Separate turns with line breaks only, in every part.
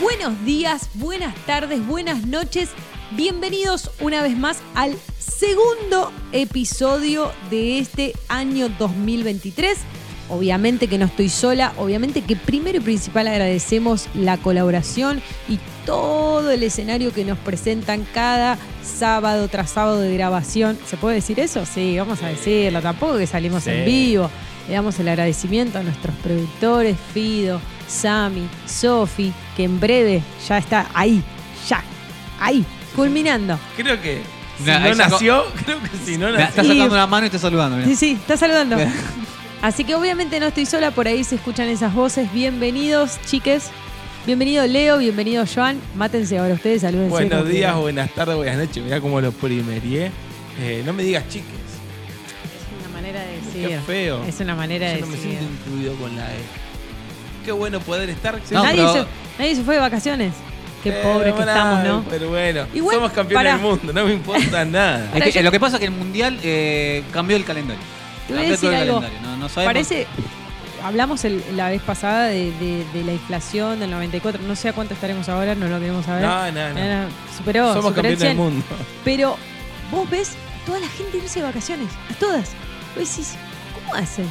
buenos días, buenas tardes, buenas noches. Bienvenidos una vez más al segundo episodio de este año 2023. Obviamente que no estoy sola, obviamente que primero y principal agradecemos la colaboración y todo el escenario que nos presentan cada sábado tras sábado de grabación. ¿Se puede decir eso? Sí, vamos a decirlo, tampoco que salimos
Sí.
en vivo. Le damos el agradecimiento a nuestros productores, Fido, Sami, Sofi, que en breve ya está ahí, ya, ahí, culminando.
Creo que si
Nah,
no
ahí sacó-
nació, creo que si no
Mirá,
nació.
está sacando
Y-
una mano y está saludando. mirá.
Sí, sí, está saludando.
Bien.
Así que obviamente no estoy sola, por ahí se escuchan esas voces. Bienvenidos, chiques. Bienvenido Leo, bienvenido Joan. Mátense ahora ustedes, salúdense.
Buenos
como
días,
quieran.
buenas tardes, buenas noches. Mirá cómo lo primerié. Eh, no me digas chiques.
Es una manera de decir.
Qué feo.
Es una manera de
Yo no me
decir.
siento incluido con la E. Qué bueno poder estar.
No,
nadie,
pero-
se, nadie se fue de vacaciones. Qué
Eh,
pobre que
bueno,
estamos, ¿no?
Pero bueno,
Igual,
somos campeones
pará.
del mundo, no me importa nada.
Es
Ahora
que,
yo-
eh, Lo que pasa es que el mundial eh, cambió el calendario.
Te voy a
Cambió
decir
todo el
algo.
calendario. No, no sabemos-
Parece. Hablamos el- la vez pasada de, de- de la inflación del 94. No sé a cuánto estaremos ahora, no lo queremos saber.
No, no, no.
Eh, Superó,
somos
superó el
campeones del
100.
mundo.
Pero vos ves toda la gente irse de vacaciones, a todas. Vos decís, ¿cómo hacen?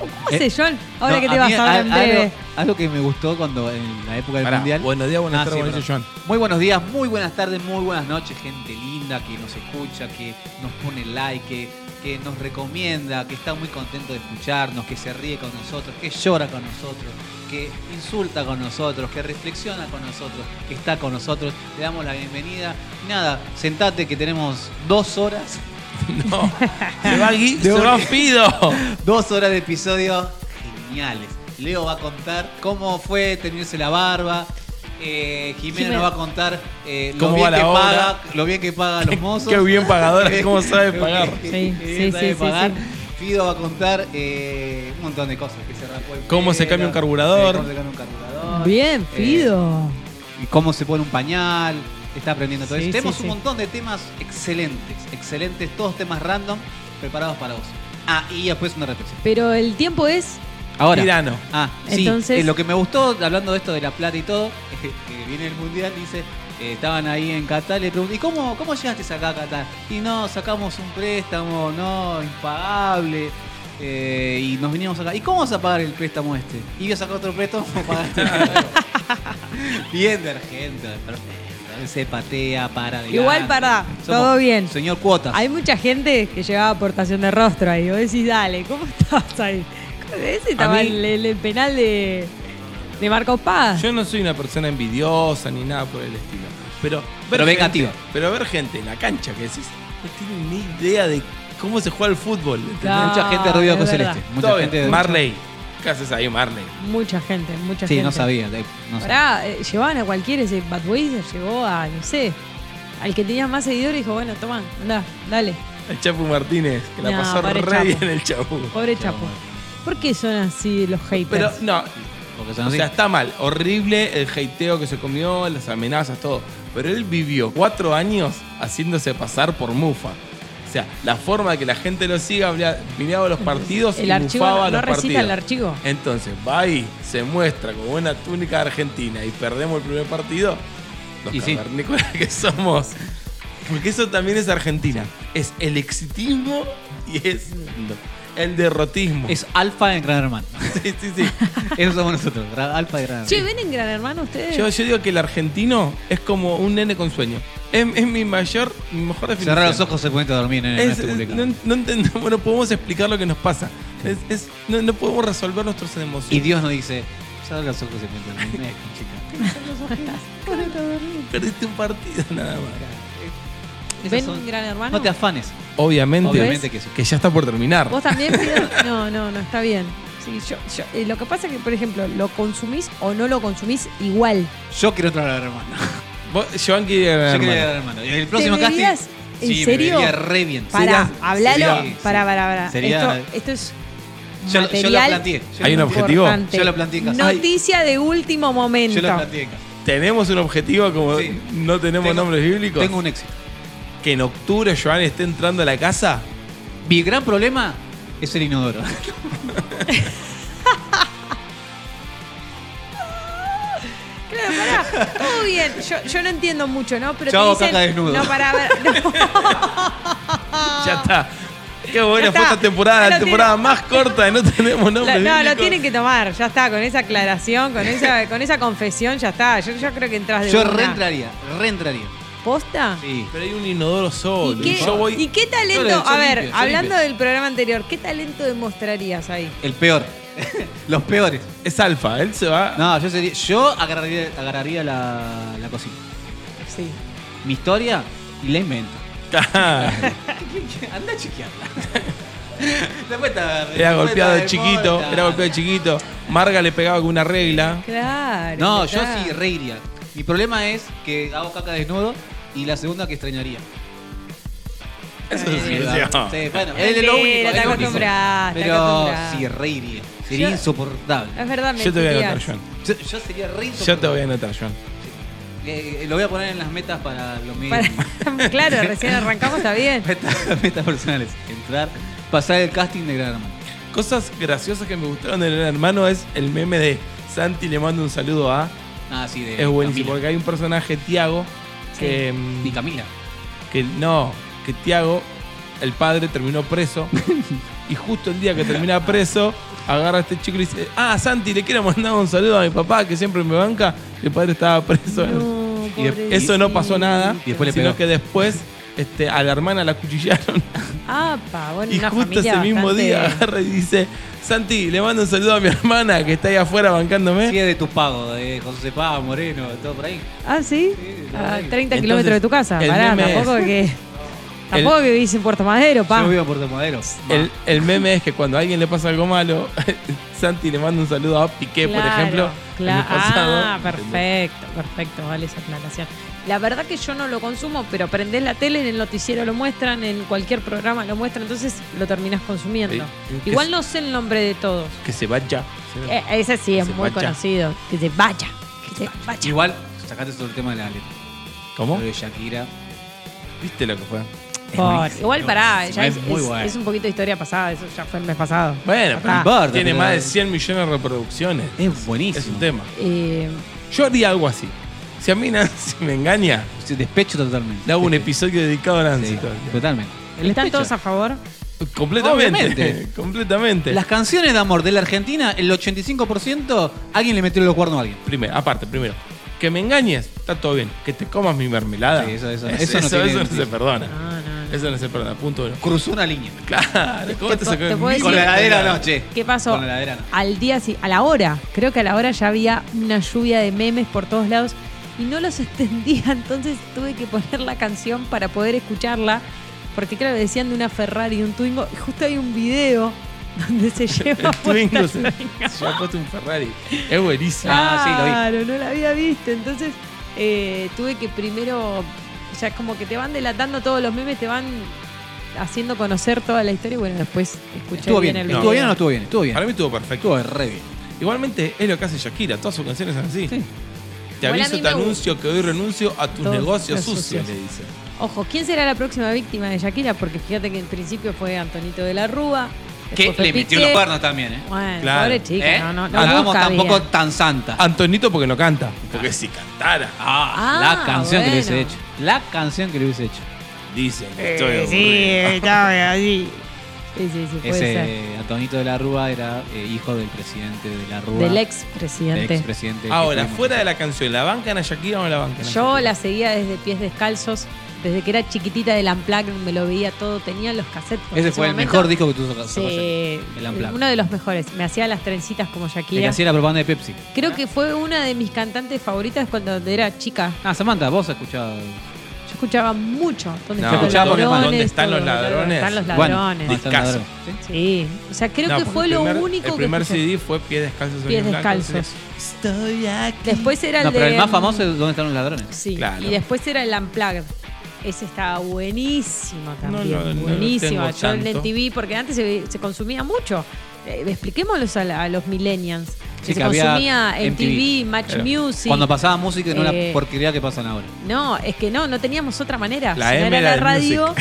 ¿Cómo
Eh,
haces, John? Ahora
No,
que
a
te
mí
vas
al-
ahora en breve.
algo, algo que me gustó cuando en la época del
Pará,
mundial.
Buenos días, buenas
Ah,
tardes,
sí,
buenas noches, Joan.
Muy buenos días, muy buenas tardes, muy buenas noches, gente linda que nos escucha, que nos pone like, que, que nos recomienda, que está muy contento de escucharnos, que se ríe con nosotros, que llora con nosotros, que insulta con nosotros, que reflexiona con nosotros, que está con nosotros. Le damos la bienvenida. Y Nada, sentate que tenemos dos horas,
No. Se va Gui, se va Fido.
dos horas de episodio geniales. Leo va a contar cómo fue tenerse la barba. eh, Jimena
Jimena.
nos va a contar eh, lo,
¿Cómo
bien
va
que
la obra?
paga, lo bien que paga los mozos.
Qué bien pagadora, cómo sabe pagar.
Sí,
Qué
sí,
bien sabe
sí, sí,
pagar.
sí.
Fido va a contar eh, un montón de cosas que se arrancó el
Cómo se
pelo,
cambia un carburador.
eh, cómo se cambia un carburador,
Bien,
eh,
Fido.
y cómo se pone un pañal. Está aprendiendo todo
Sí,
eso.
sí,
Tenemos
sí.
un montón de temas excelentes, excelentes, todos temas random preparados para vos. Ah, y después una reflexión.
Pero el tiempo es.
Ahora.
Tirano.
Ah, sí.
Entonces-
eh, lo que me gustó, hablando de esto de la plata y todo, eh, que viene el mundial, dice, eh, estaban ahí en Qatar, le pregunté, ¿y cómo, cómo llegaste acá a Qatar? Y no, sacamos un préstamo, no, impagable. eh, y nos vinimos acá. ¿Y cómo vas a pagar el préstamo este? Y yo sacar otro préstamo para pagar este. Bien de Argento, perfecto. Se patea, para adelante.
Igual para, todo bien.
Señor Cuotas.
Hay mucha gente que llevaba aportación de rostro ahí. Vos decís, dale, ¿cómo estás ahí? Ese estaba
mí-
el, el- el penal de, de Marcos
Ah.
Paz.
Yo no soy una persona envidiosa ni nada por el estilo. Pero, ver
Pero vengativa.
gente- Pero ver gente en la cancha que decís, no tienen ni idea de cómo se juega el fútbol. ¿entendés?
Claro.
Mucha gente
Ah,
de Rubio
es
con
verdad.
Celeste. Mucha
Todo bien.
gente de-
Marley. ¿Qué haces ahí, Marley?
Mucha gente, mucha
Sí,
gente.
no sabía. de- No sabía.
Pará, eh, llevaban a cualquiera ese Budweiser, llevó a, no sé, al que tenía más seguidores dijo, bueno, toma, anda, dale.
El Chapu Martínez, que la
No,
pasó
pobre
re
Chapu.
bien el Chapu.
Pobre Chapo. ¿Por qué son así los haters?
Pero no,
Porque son
o
así.
sea, está mal. Horrible el hateo que se comió, las amenazas, todo. Pero él vivió cuatro años haciéndose pasar por mufa. O sea, la forma de que la gente lo siga, hablea- miraba los partidos
el
y
archivo
mufaba
no, no
los
recita
partidos.
el archivo.
Entonces, va ahí, se muestra como una túnica de argentina y perdemos el primer partido. Los
Y sí.
cavernícolas que somos. Porque eso también es Argentina. Es el exitismo y es el derrotismo.
Es alfa en Gran Hermano.
Sí, sí, sí.
Eso somos nosotros, Ra- alfa de Gran Hermano.
Che, ¿ven en Gran Hermano ustedes?
Yo, yo digo que el argentino es como un nene con sueño. Es, es mi mayor, mi mejor definición.
Cerrar los ojos se pueden dormir en
Es-
este
es-
publicado.
no, no entendemos, no podemos explicar lo que nos pasa. Es- es- no, no podemos resolver nuestras emociones.
Y Dios nos dice, cerrar los ojos se pueden dormir. Ven, chica.
Perdiste un partido nada más.
Esas
¿Ven
son-
Gran Hermano?
No te afanes.
Obviamente,
Obviamente que sí.
ya está por terminar.
¿Vos también? Pido? No, no, no, está bien. Sí, yo, yo- eh, lo que pasa es que, por ejemplo, lo consumís o no lo consumís igual.
Yo quiero entrar a Gran Hermano.
Vos, Joan quiere ir a
Yo
Gran
quiero ir a
Hermano.
Gran Hermano. El próximo casting.
verías? ¿En
sí,
serio?
Me vería re bien.
Para,
Sería-
hablalo.
sería-
para, para, para.
sería-
esto, esto es.
Yo, lo- yo lo
material
planteé. Yo
Hay un
lo planteé.
objetivo.
importante.
Yo lo planteé en casa.
Noticia de último momento.
Yo lo planteé en casa.
Tenemos un objetivo, como
Sí.
no tenemos
Tengo-
nombres bíblicos.
Tengo un éxito.
Que en octubre Joan esté entrando a la casa.
Mi gran problema es el inodoro.
Claro, pará. Todo dicen, yo, yo no entiendo mucho, ¿no? Pero
Chavo,
te dicen,
caca desnudo.
no para ver, no,
Ya está. Qué buena
Ya
fue
está.
esta temporada,
Ya
la
lo
temporada más corta, no tenemos nombre.
lo- no, lo
bíblico.
tienen que tomar, ya está, con esa aclaración, con esa, con esa confesión, ya está. Yo, yo creo que entras Ah, de
Yo
una.
reentraría, reentraría.
¿Posta?
Sí.
Pero hay un inodoro
¿Y
solo.
qué,
Yo voy-
y qué talento?
Yo le- yo
a ver,
limpio, yo
hablando
limpio.
del programa anterior, ¿qué talento demostrarías ahí?
El peor. Los peores.
Es alfa, él se va.
No, yo sería. Yo agarraría, agarraría la, la cocina.
Sí.
Mi historia y la invento. Anda a chequearla. Después te agarré,
era
después
golpeado
te
de chiquito,
importa.
era golpeado de chiquito. Marga le pegaba con una regla.
Claro.
No, yo
claro.
sí reiría. Mi problema es que hago caca desnudo y la segunda que extrañaría. Eh,
Eso
Sí,
es ciencia.
sí, bueno, él es lo
Mentira,
único. es
te
lo único.
acostumbraste, te
Pero
acostumbraste.
sí, reiría. Sería
Yo-
insoportable.
Es verdad, me
Yo te voy a
dirías.
anotar, Joan.
Yo, yo sería
Yo
re
te voy
insoportable.
a anotar, Joan.
Eh, eh, lo voy a poner en las metas para los medios.
Para- claro, recién arrancamos, está bien.
Metas, metas personales. Entrar, pasar el casting de Gran Hermano.
Cosas graciosas que me gustaron del Gran hermano es el meme de Santi le mando un saludo a.
Ah, sí, de
Es buenísimo,
Camila.
porque hay un personaje, Tiago, que. mm,
Y Camila.
que no, que Tiago, el padre, terminó preso. y justo el día que termina preso, agarra a este chico y le dice, ah, Santi, le quiero mandar un saludo a mi papá que siempre me banca. El padre estaba preso.
No,
Y de- eso no pasó nada.
Y después le
sino
pegó.
que después este, a la hermana la cuchillaron.
Apa, bueno,
y
una
justo
familia
ese mismo
bastante-
día agarra y dice, Santi, le mando un saludo a mi hermana que está ahí afuera bancándome.
Sí, es de Tupago, de José Paz, Moreno, todo por ahí.
Ah, sí.
Sí,
A
sí.
30
Entonces,
kilómetros de tu casa.
el
Pará,
meme
tampoco
es-
que. Tampoco que vivís en Puerto Madero, pa.
Yo vivo en Puerto Madero.
El, el meme es que cuando a alguien le pasa algo malo, Santi le manda un saludo a Piqué, por
Claro,
ejemplo. el
cla-
mes pasado.
Ah, perfecto, perfecto, vale esa aclaración. La verdad que yo no lo consumo, pero prendés la tele, en el noticiero lo muestran, en cualquier programa lo muestran, entonces lo terminás consumiendo.
Sí, que
Igual
es-
no sé el nombre de todos.
Que se vaya.
Eh, ese sí es
se
muy
vaya.
conocido. Que te vaya, que te vaya.
Igual, sacaste todo el tema de la letra.
¿Cómo?
Lo de Shakira.
Eh, ¿Viste lo que fue?
Por-
buenísimo,
Igual pará,
buenísimo,
ya es,
es muy
es-
bueno.
es un poquito de historia pasada, eso ya fue el mes pasado.
Bueno, pero
Ah.
Bardo,
tiene
pero-
más de 100 millones de reproducciones.
Es buenísimo.
Es un tema.
Eh,
Yo haría algo así. Si a mí Nancy me engaña,
Sí, Despecho totalmente.
le hago un episodio dedicado a Nancy.
Sí,
todo el tiempo.
totalmente. El
¿Están
despecho.
todos a favor?
Completamente.
Obviamente.
completamente.
Las canciones de amor de la Argentina, el 85%, alguien le metió los cuernos a alguien.
Primero, aparte, primero. Que me engañes, está todo bien. Que te comas mi mermelada.
Sí, eso- eso-
Es-
eso no tiene
eso
sentido.
se perdona.
No, no, no.
Eso no se perdona. Punto uno.
Cruzó una línea.
Claro, ¿cómo
Te
te
po-
sacó
te
el
puedo
mil?
decir-
Con la heladera no, che.
¿Qué pasó?
Con la heladera no.
Al día, sí, a la hora, creo que a la hora ya había una lluvia de memes por todos lados y no los entendía, entonces tuve que poner la canción para poder escucharla, porque claro, decían de una Ferrari y un Twingo, y justo hay un video donde se lleva
El Twingo se,
puesta-
se ha puesto un Ferrari. Es buenísimo.
Ah, sí, lo vi.
Claro, no la había visto, entonces eh, tuve que primero, o sea, como que te van delatando todos los memes, te van haciendo conocer toda la historia y bueno, después escuché
Estuvo bien.
el
¿Estuvo
video.
bien o no estuvo bien? Estuvo bien.
Para mí estuvo perfecto.
Estuvo re bien.
Igualmente es lo que hace Shakira, todas sus canciones son así. Te
Igual a
aviso,
mí
te
me gusta.
anuncio que hoy renuncio a tus
Todos
negocios
los
sucios,
sucios.
le dice.
Ojo, ¿quién será la próxima víctima de Shakira? Porque fíjate que en principio fue Antonito de la Rúa.
Que
después fue
le metió
Piqué.
los cuernos también, ¿eh?
Bueno,
Claro.
pobre chica,
¿Eh?
no, no, no
hagamos
busca
tampoco
bien.
tan santa.
Antonito porque no canta. Porque si cantara,
Ah,
Ah,
la canción que le hubiese
bueno.
hecho. La canción que le hubiese hecho.
dicen que
Eh,
estoy
sí,
aburrido.
estaba así. Sí, sí, sí, puede ser.
Ese Antonito de la Rúa era eh, hijo del presidente de la Rúa.
Del
del
expresidente.
expresidente.
Ahora, fuera de la canción, ¿la bancan a Shakira o no la bancan?
Yo
a Shakira?
la seguía desde pies descalzos. Desde que era chiquitita del Amplac me lo veía todo. Tenía los cassettes. porque en
Ese
ese
fue el
momento-
mejor disco que tú sacaste.
Sí,
el Unplugged.
uno de los mejores. Me hacía las trencitas como
El que
Shakira.
hacía la propaganda de Pepsi.
Creo que fue una de mis cantantes favoritas cuando era chica.
Ah, Samantha, vos has escuchado.
Yo escuchaba mucho. ¿Dónde,
No,
están, los
escuchaba
ladrones,
Pokémon.
¿Dónde están
todo,
los ladrones?
Están los
Bueno,
ladrones.
no, está en la
Discazo.
droga. ¿Sí?
sí. O sea, creo
No,
que
porque
fue
el
lo
primer-
único
El primer
que escuché.
CD fue Pies Descalzos. Sol y
Pies
Blanco,
descalzos.
entonces,
Después era el
No, pero
de,
el más famoso
mm,
es ¿Dónde están los ladrones?
Sí.
Claro.
Y después era el Unplugged. Ese estaba buenísimo también.
No, no, no
buenísimo.
tengo
Yo en
tanto.
TV, porque antes se, se consumía mucho. Eh, expliquémoslos a, la- a los millennials. Que
Sí,
se
que había
consumía en
MTV,
TV, Match
claro.
Music.
Cuando pasaba música y no
Eh,
la porquería que pasan ahora.
No, es que no, no teníamos otra manera.
La
Si no era
M era
la
de
radio.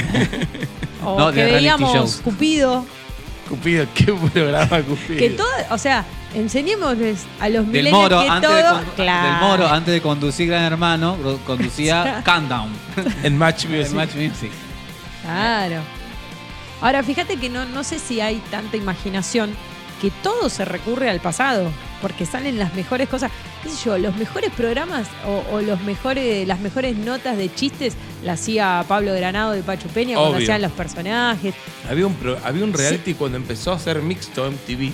o
No,
que
de reality
veíamos
shows.
Cupido.
Cupido, qué programa Cupido.
Que todo, o sea, enseñémosles a los
Del
milenios
Moro,
que
antes de
todo.
condu-
claro.
del Moro, antes de conducir Gran Hermano, ro- conducía Countdown.
En Match Music.
El Match Music.
Claro. Ahora, fíjate que no, no sé si hay tanta imaginación que todo se recurre al pasado, porque salen las mejores cosas. ¿Qué sé yo? Los mejores programas o, o los mejores, las mejores notas de chistes las hacía Pablo Granado y Pacho Peña cuando
Obvio.
hacían los personajes.
Había un, pro- había un reality cuando empezó a ser mixto MTV,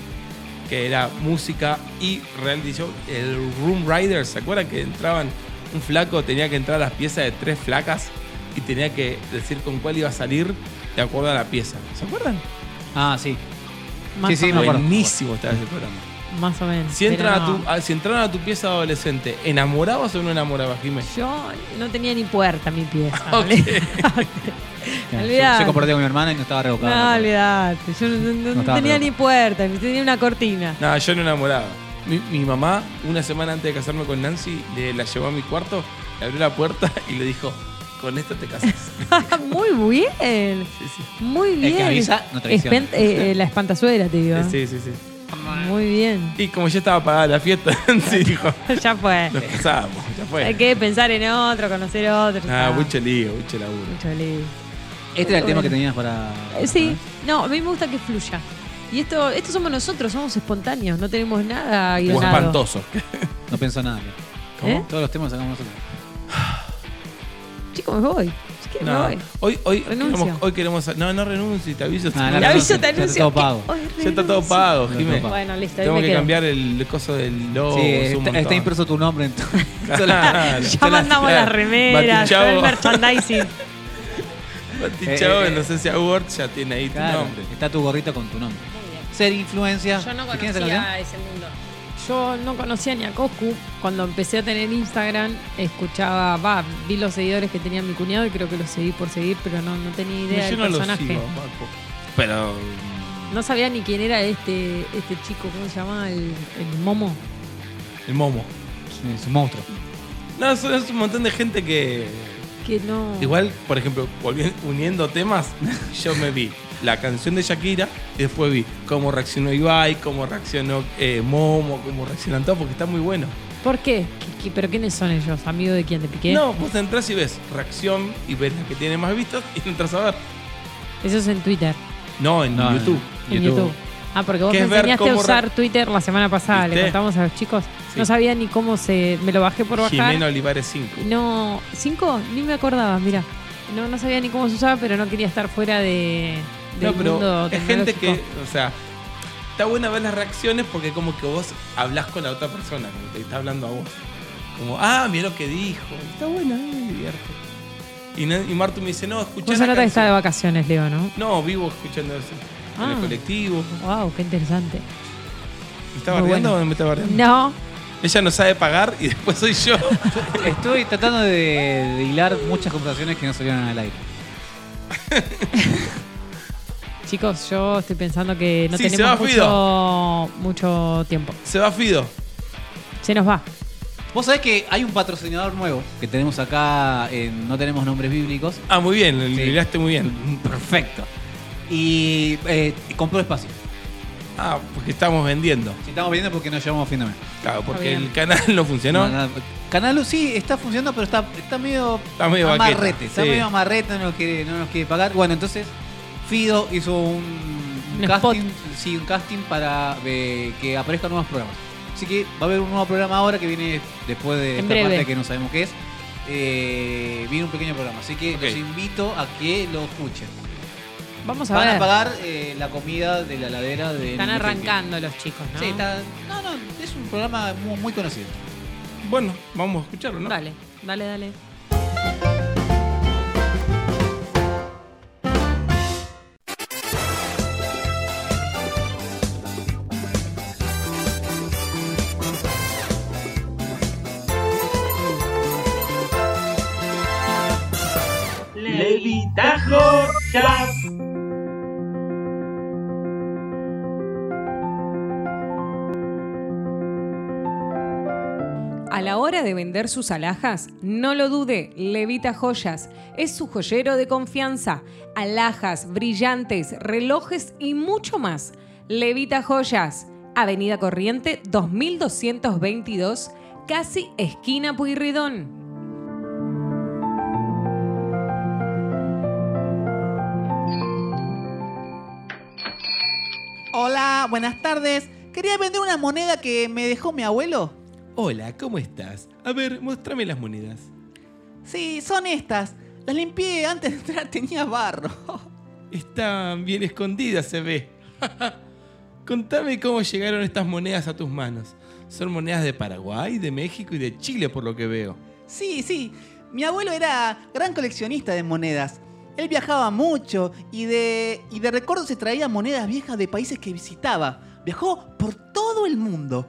que era música y reality show. El Room Rider, ¿se acuerdan que entraban? Un flaco tenía que entrar a las piezas de tres flacas y tenía que decir con cuál iba a salir de acuerdo a la pieza. ¿Se acuerdan?
Ah, sí.
Más,
Sí, sí,
o,
me
menos,
acuerdo.
Buenísimo estaba ese programa.
más o menos.
Si
Pero
entran, a
no.
tu, a- si entran a tu pieza adolescente, ¿enamorabas o no enamorabas, Jiménez?
Yo no tenía ni puerta mi pieza.
Ok.
Yo,
Olvidate.
yo compartía con mi hermana y no estaba revocado.
No, olvidate. Yo no, no- no
estaba
tenía
loco.
ni puerta, ni tenía una cortina.
Nada, yo no enamoraba. Mi, mi mamá, una semana antes de casarme con Nancy, le la llevó a mi cuarto, le abrió la puerta y le dijo, con esto te casas.
Muy bien.
Sí, sí.
Muy
que
bien.
avisa, no traiciona.
Espen- eh, eh, la espantazuela, te digo.
Sí, sí, sí.
Muy bien.
Y como ya estaba apagada la fiesta, Nancy dijo,
ya fue.
nos casamos, ya
Hay
fue.
que pensar en otro, conocer otro.
Ah,
está.
mucho lío, mucho laburo.
Mucho lío.
Este era el tema
Bueno.
que tenías para.
Eh, Sí,
Ah.
no, a mí me gusta que fluya. Y esto, esto somos nosotros, somos espontáneos, no tenemos nada
O
guionado.
espantoso.
¿eh? No pensó nada.
¿Cómo? ¿Eh?
Todos los temas los sacamos nosotros.
Chicos, me voy. Chicos, me
No,
voy.
hoy, hoy,
Renuncio.
queremos, hoy queremos... No, no renuncie, te aviso.
Ah,
Te
no,
aviso,
no,
te
ya está
anuncio
todo
que
pago.
hoy
Ya está todo
renuncio.
pago,
Está
Jiménez.
todo pago.
Bueno, listo, ahí
Tengo
me
que
quedo.
cambiar el coso del logo.
Sí,
Oh, es un
está, está
montón.
impreso tu nombre en todo.
Ya
Claro, te la-
mandamos las remeras, todo el
Batichavo.
merchandising.
Batichavo,
Eh, eh,
en no sé si Awards ya tiene ahí tu
Claro,
nombre.
está tu gorrita con tu nombre. Ser influencia. ¿Quién es la canción?
ese mundo. Yo no conocía ni a Coscu. Cuando empecé a tener Instagram, escuchaba, va, vi los seguidores que tenía mi cuñado y creo que los seguí por seguir, pero no, no tenía idea
yo
del
no
personaje.
lo sigo, Paco. Pero. mm,
No sabía ni quién era este, este chico, ¿cómo se llama? El, el Momo.
El momo.
Es un monstruo.
No, son- es un montón de gente que.
Que no.
Igual, por ejemplo, volvi- uniendo temas, yo me vi la canción de Shakira y después vi cómo reaccionó Ibai, cómo reaccionó eh, Momo, cómo reaccionan todos, porque está muy bueno.
¿Por qué? ¿Qué- qué- ¿Pero quiénes son ellos? ¿Amigo de quién? ¿De Piqué?
No, vos entras y ves reacción y ves la que tiene más vistas y entras a ver.
Eso es en Twitter,
No, en
No,
YouTube.
en YouTube. Ah, porque vos
Que
me
es ver
enseñaste a
cómo
usar
re-
Twitter la semana pasada, le
¿Viste?
contamos a los chicos.
Sí.
No sabía ni cómo se. Me lo bajé por bajar.
Jimena Olivares 5.
No, cinco, ni me acordaba, mira. No, no sabía ni cómo se usaba, pero no quería estar fuera de, del
No, pero
mundo
es gente que,
tecnológico.
o sea, está buena ver las reacciones porque como que vos hablas con la otra persona, como que está hablando a vos. Como, ah, mira lo que dijo. Está buena, eh, me divierto. Y, na- y Martu me dice, no, escuchá
Vos
la
ahora que está de
canción".
vacaciones, Leo, ¿no?
No, vivo escuchando eso. En el
Ah.
colectivo.
Wow, qué interesante.
¿Me está
Muy
bardeando
bueno.
o no me está bardeando?
No,
Ella no sabe pagar y después soy yo.
Estoy tratando de, de hilar muchas conversaciones que no salieron al aire.
chicos, yo estoy pensando que no
Sí, se
tenemos
va
mucho, mucho tiempo.
Se va Fido.
Se nos va.
Vos sabés que hay un patrocinador nuevo que tenemos acá en No Tenemos Nombres Bíblicos.
Ah, muy bien, lo
Sí.
libraste muy bien.
Perfecto. Y eh, compró espacio.
Ah, porque estamos vendiendo.
Si estamos viendo porque no llevamos fin de mes.
Claro, porque
bien.
el canal no funcionó.
No, nada. Canal U sí está funcionando, pero está, está medio,
Está medio
amarrete.
vaqueta,
está
sí.
medio amarrete, no nos, quiere, no nos quiere pagar. Bueno, entonces Fido hizo un, un
Un spot.
casting, sí, un casting para eh, que aparezcan nuevos programas. Así que va a haber un nuevo programa ahora que viene después de
En
esta
breve.
parte que no sabemos qué es. Eh, viene un pequeño programa, así que
Ok.
los invito a que lo escuchen.
Vamos a
Van
ver.
a pagar eh, la comida de la ladera de
Están arrancando los chicos, ¿no?
Sí, está- no, no, es un programa muy- muy conocido.
Bueno, vamos a escucharlo, ¿no?
Dale, dale, dale.
Lady Tajo Jazz.
a la hora de vender sus alhajas, no lo dude, Levita Joyas es su joyero de confianza. Alhajas, brillantes, relojes y mucho más. Levita Joyas, Avenida Corriente 2222, casi esquina Pueyrredón.
Hola, buenas tardes. Quería vender una moneda que me dejó mi abuelo.
Hola, ¿cómo estás? A ver, muéstrame las monedas.
Sí, son estas. Las limpié antes de entrar, tenía barro.
Están bien escondidas, se ve. Contame cómo llegaron estas monedas a tus manos. Son monedas de Paraguay, de México y de Chile, por lo que veo.
Sí, sí. Mi abuelo era gran coleccionista de monedas. Él viajaba mucho y de, y de recuerdo se traía monedas viejas de países que visitaba. Viajó por todo el mundo.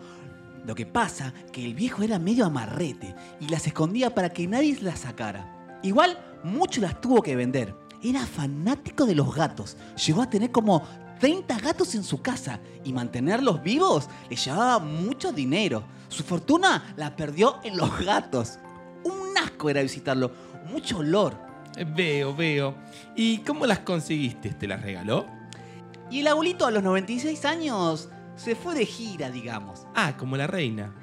Lo que pasa que el viejo era medio amarrete y las escondía para que nadie las sacara. Igual, mucho las tuvo que vender. Era fanático de los gatos. Llegó a tener como 30 gatos en su casa y mantenerlos vivos le llevaba mucho dinero. Su fortuna la perdió en los gatos. Un asco era visitarlo. Mucho olor,
Eh, Veo, veo. ¿Y cómo las conseguiste? ¿Te las regaló?
Y el abuelito a los 96 años se fue de gira, digamos.
Ah, como la reina.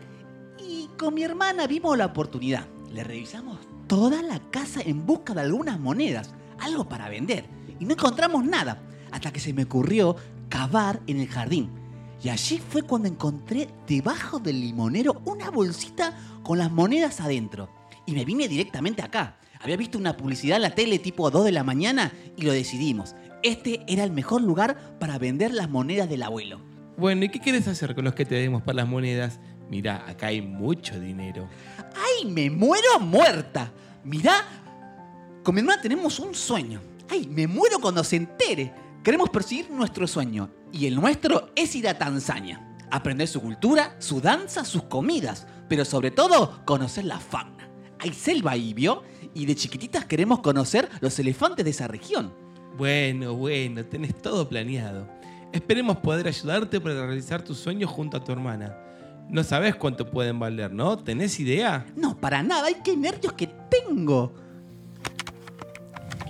Y con mi hermana vimos la oportunidad. Le revisamos toda la casa en busca de algunas monedas, algo para vender. Y no encontramos nada, hasta que se me ocurrió cavar en el jardín. Y allí fue cuando encontré debajo del limonero una bolsita con las monedas adentro. Y me vine directamente acá. Había visto una publicidad en la tele tipo 2 de la mañana y lo decidimos. Este era el mejor lugar para vender las monedas del abuelo.
Bueno, ¿y qué quieres hacer con los que te demos para las monedas? Mirá, acá hay mucho dinero.
¡Ay, me muero muerta! Mirá, con mi hermana tenemos un sueño. ¡Ay, me muero cuando se entere! Queremos perseguir nuestro sueño. Y el nuestro es ir a Tanzania. Aprender su cultura, su danza, sus comidas. Pero sobre todo, conocer la fauna. Hay selva ibio y de chiquititas queremos conocer los elefantes de esa región.
Bueno, bueno, tenés todo planeado. Esperemos poder ayudarte para realizar tus sueños junto a tu hermana. No sabes cuánto pueden valer, ¿no? ¿Tenés idea?
No, para nada. ¡Ay, qué nervios que tengo!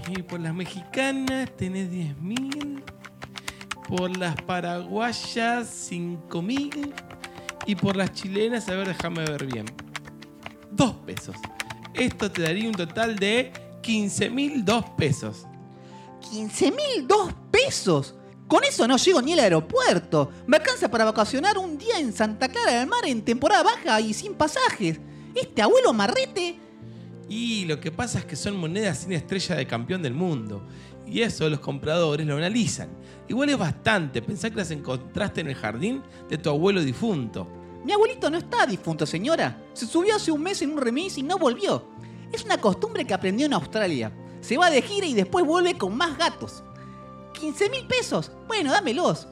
Y por las mexicanas tenés 10.000. Por las paraguayas 5.000. Y por las chilenas, a ver, déjame ver bien. Dos pesos. Esto te daría un total de 15.002 pesos.
15 mil dos pesos. Con eso no llego ni al aeropuerto. Me alcanza para vacacionar un día en Santa Clara del Mar en temporada baja y sin pasajes. Este abuelo marrete.
Y lo que pasa es que son monedas sin estrella de campeón del mundo. Y eso los compradores lo analizan. Igual es bastante. Pensá que las encontraste en el jardín de tu abuelo difunto.
Mi abuelito no está difunto, señora. Se subió hace un mes en un remis y no volvió. Es una costumbre que aprendió en Australia. Se va de gira y después vuelve con más gatos. 15 mil pesos. Bueno, dámelos.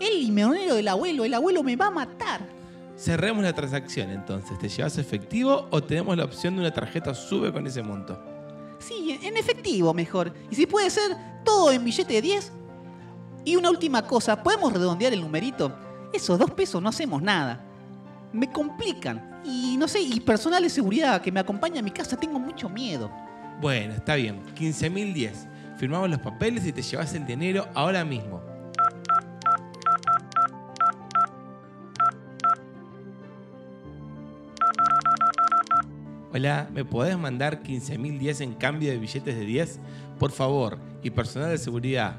El limonero del abuelo. El abuelo me va a matar.
Cerremos la transacción entonces. ¿Te llevas efectivo o tenemos la opción de una tarjeta sube con ese monto?
Sí, en efectivo mejor. Y si puede ser, todo en billete de 10. Y una última cosa, ¿podemos redondear el numerito? Esos dos pesos no hacemos nada. Me complican. Y no sé, y personal de seguridad que me acompaña a mi casa, tengo mucho miedo.
Bueno, está bien. 15.010. Firmamos los papeles y te llevas el dinero ahora mismo. Hola, ¿me podés mandar 15.010 en cambio de billetes de 10? Por favor, y personal de seguridad.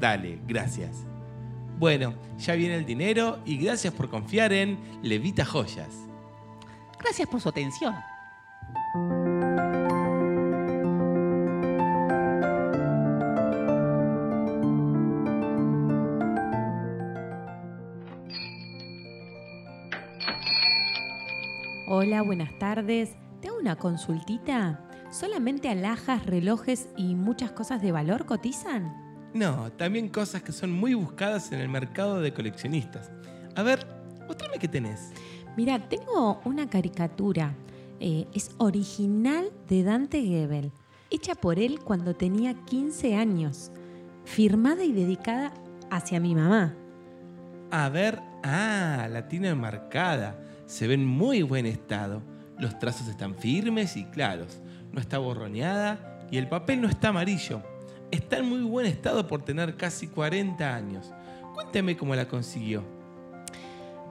Dale, gracias. Bueno, ya viene el dinero y gracias por confiar en Levita Joyas.
Gracias por su atención.
Hola, buenas tardes. ¿Te hago una consultita? ¿Solamente alhajas, relojes y muchas cosas de valor cotizan?
No, también cosas que son muy buscadas en el mercado de coleccionistas. A ver, mostrame qué tenés.
Mira, tengo una caricatura. Eh, es original de Dante Gebel, hecha por él cuando tenía 15 años, firmada y dedicada hacia mi mamá.
A ver, ah, la tiene marcada. Se ve en muy buen estado. Los trazos están firmes y claros. No está borroneada y el papel no está amarillo. Está en muy buen estado por tener casi 40 años. Cuénteme cómo la consiguió.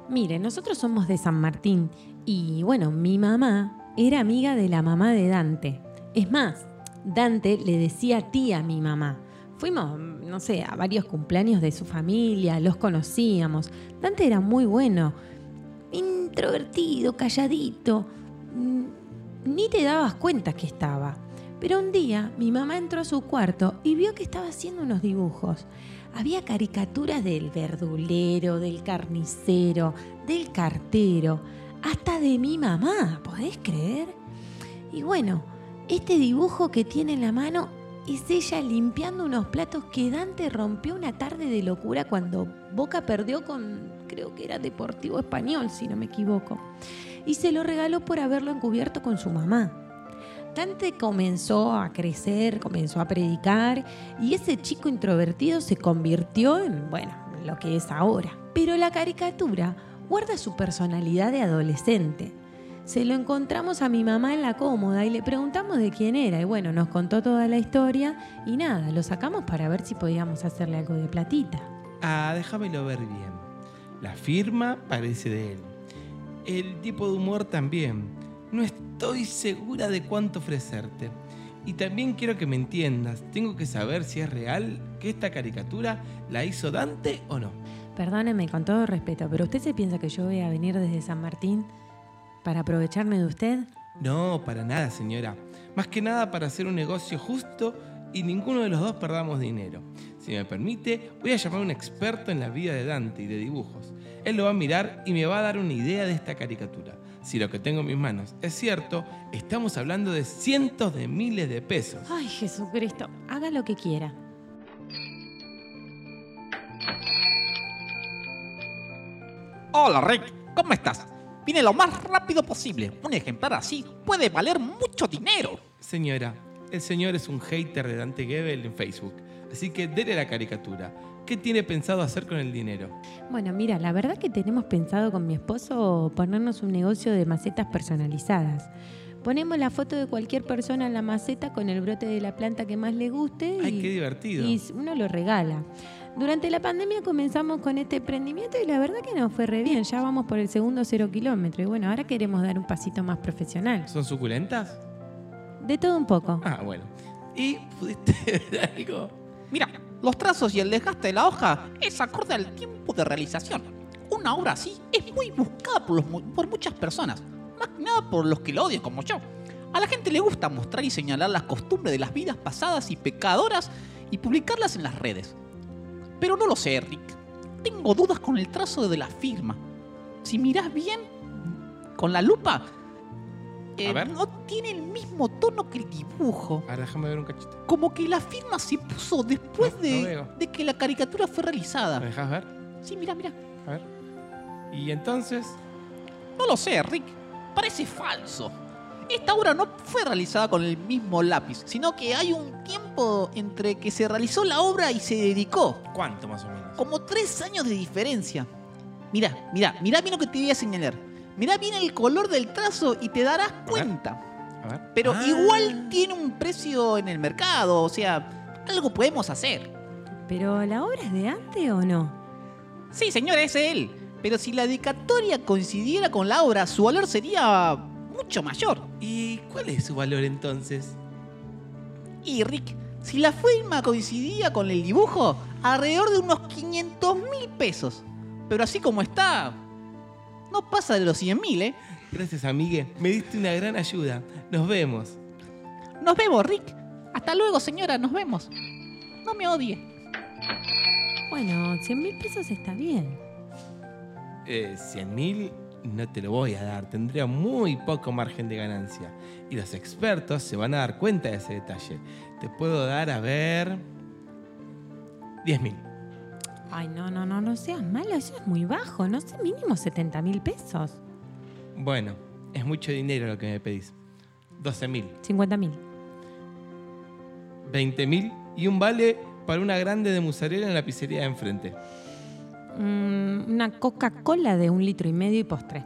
Mire, nosotros somos de San Martín y bueno, mi mamá era amiga de la mamá de Dante. Es más, Dante le decía tía a mi mamá. Fuimos, no sé, a varios cumpleaños de su familia, los conocíamos. Dante era muy bueno, introvertido, calladito. Mm, Ni te dabas cuenta que estaba. Pero un día mi mamá entró a su cuarto y vio que estaba haciendo unos dibujos. Había caricaturas del verdulero, del carnicero, del cartero, hasta de mi mamá, ¿podés creer? Y bueno, este dibujo que tiene en la mano es ella limpiando unos platos que Dante rompió una tarde de locura cuando Boca perdió con, creo que era Deportivo Español, si no me equivoco. Y se lo regaló por haberlo encubierto con su mamá. Dante comenzó a crecer, comenzó a predicar y ese chico introvertido se convirtió en, bueno, lo que es ahora. Pero la caricatura guarda su personalidad de adolescente. Se lo encontramos a mi mamá en la cómoda y le preguntamos de quién era y bueno, nos contó toda la historia y nada, lo sacamos para ver si podíamos hacerle algo de platita.
Ah, déjamelo ver bien. La firma parece de él. El tipo de humor también. No estoy segura de cuánto ofrecerte. Y también quiero que me entiendas. Tengo que saber si es real que esta caricatura la hizo Dante o no.
Perdóneme con todo respeto, pero ¿usted se piensa que yo voy a venir desde San Martín para aprovecharme de usted?
No, para nada, señora. Más que nada para hacer un negocio justo y ninguno de los dos perdamos dinero. Si me permite, voy a llamar a un experto en la vida de Dante y de dibujos. Él lo va a mirar y me va a dar una idea de esta caricatura. Si lo que tengo en mis manos es cierto, estamos hablando de cientos de miles de pesos.
Ay, Jesucristo, haga lo que quiera.
Hola Rick, ¿cómo estás? Vine lo más rápido posible. Un ejemplar así puede valer mucho dinero.
Señora, el señor es un hater de Dante Gebel en Facebook, así que dele la caricatura. ¿Qué tiene pensado hacer con el dinero?
Bueno, mira, la verdad que tenemos pensado con mi esposo ponernos un negocio de macetas personalizadas. Ponemos la foto de cualquier persona en la maceta con el brote de la planta que más le guste.
Ay, qué divertido.
Y uno lo regala. Durante la pandemia comenzamos con este emprendimiento y la verdad que nos fue re bien. Ya vamos por el segundo cero kilómetro y bueno, ahora queremos dar un pasito más profesional.
¿Son suculentas?
De todo un poco.
Ah, bueno. ¿Y pudiste ver algo?
Mira, los trazos y el desgaste de la hoja es acorde al tiempo de realización. Una obra así es muy buscada por, los mu- por muchas personas, más que nada por los que lo odian como yo. A la gente le gusta mostrar y señalar las costumbres de las vidas pasadas y pecadoras y publicarlas en las redes. Pero no lo sé, Rick. Tengo dudas con el trazo de la firma. Si mirás bien, con la lupa, eh,
ver.
no tiene el mismo tono que el dibujo
Ahora déjame ver un cachito.
como que la firma se puso después
No,
de,
no veo.
de que la caricatura fue
¿Me
realizada.
dejas ver?
Sí, mira, mira.
A ver. Y entonces.
No lo sé, Rick. Parece falso. Esta obra no fue realizada con el mismo lápiz, sino que hay un tiempo entre que se realizó la obra y se dedicó.
¿Cuánto más o menos?
Como tres años de diferencia. Mira, mira, mira bien lo que te voy a señalar. Mira bien el color del trazo y te darás cuenta.
A ver.
Pero
Ah.
igual tiene un precio en el mercado, o sea, algo podemos hacer.
Pero la obra es de antes o no?
Sí, señor, es él. Pero si la dedicatoria coincidiera con la obra, su valor sería mucho mayor.
¿Y cuál es su valor entonces?
Y Rick, si la firma coincidía con el dibujo, alrededor de unos 500 mil pesos. Pero así como está, no pasa de los 100 mil, ¿eh?
Gracias, amigue. Me diste una gran ayuda. Nos vemos.
Nos vemos, Rick. Hasta luego, señora, nos vemos. No me odie.
Bueno, 100 mil pesos está bien.
Eh, 100 mil no te lo voy a dar. Tendría muy poco margen de ganancia. Y los expertos se van a dar cuenta de ese detalle. Te puedo dar, a ver. 10 mil.
Ay, no, no, no, no seas malo, eso es muy bajo, no sé, mínimo 70 mil pesos.
Bueno, es mucho dinero lo que me pedís. 12 mil.
50 mil.
20 mil y un vale para una grande de mozzarella en la pizzería de enfrente.
Mm, una Coca-Cola de un litro y medio y postre.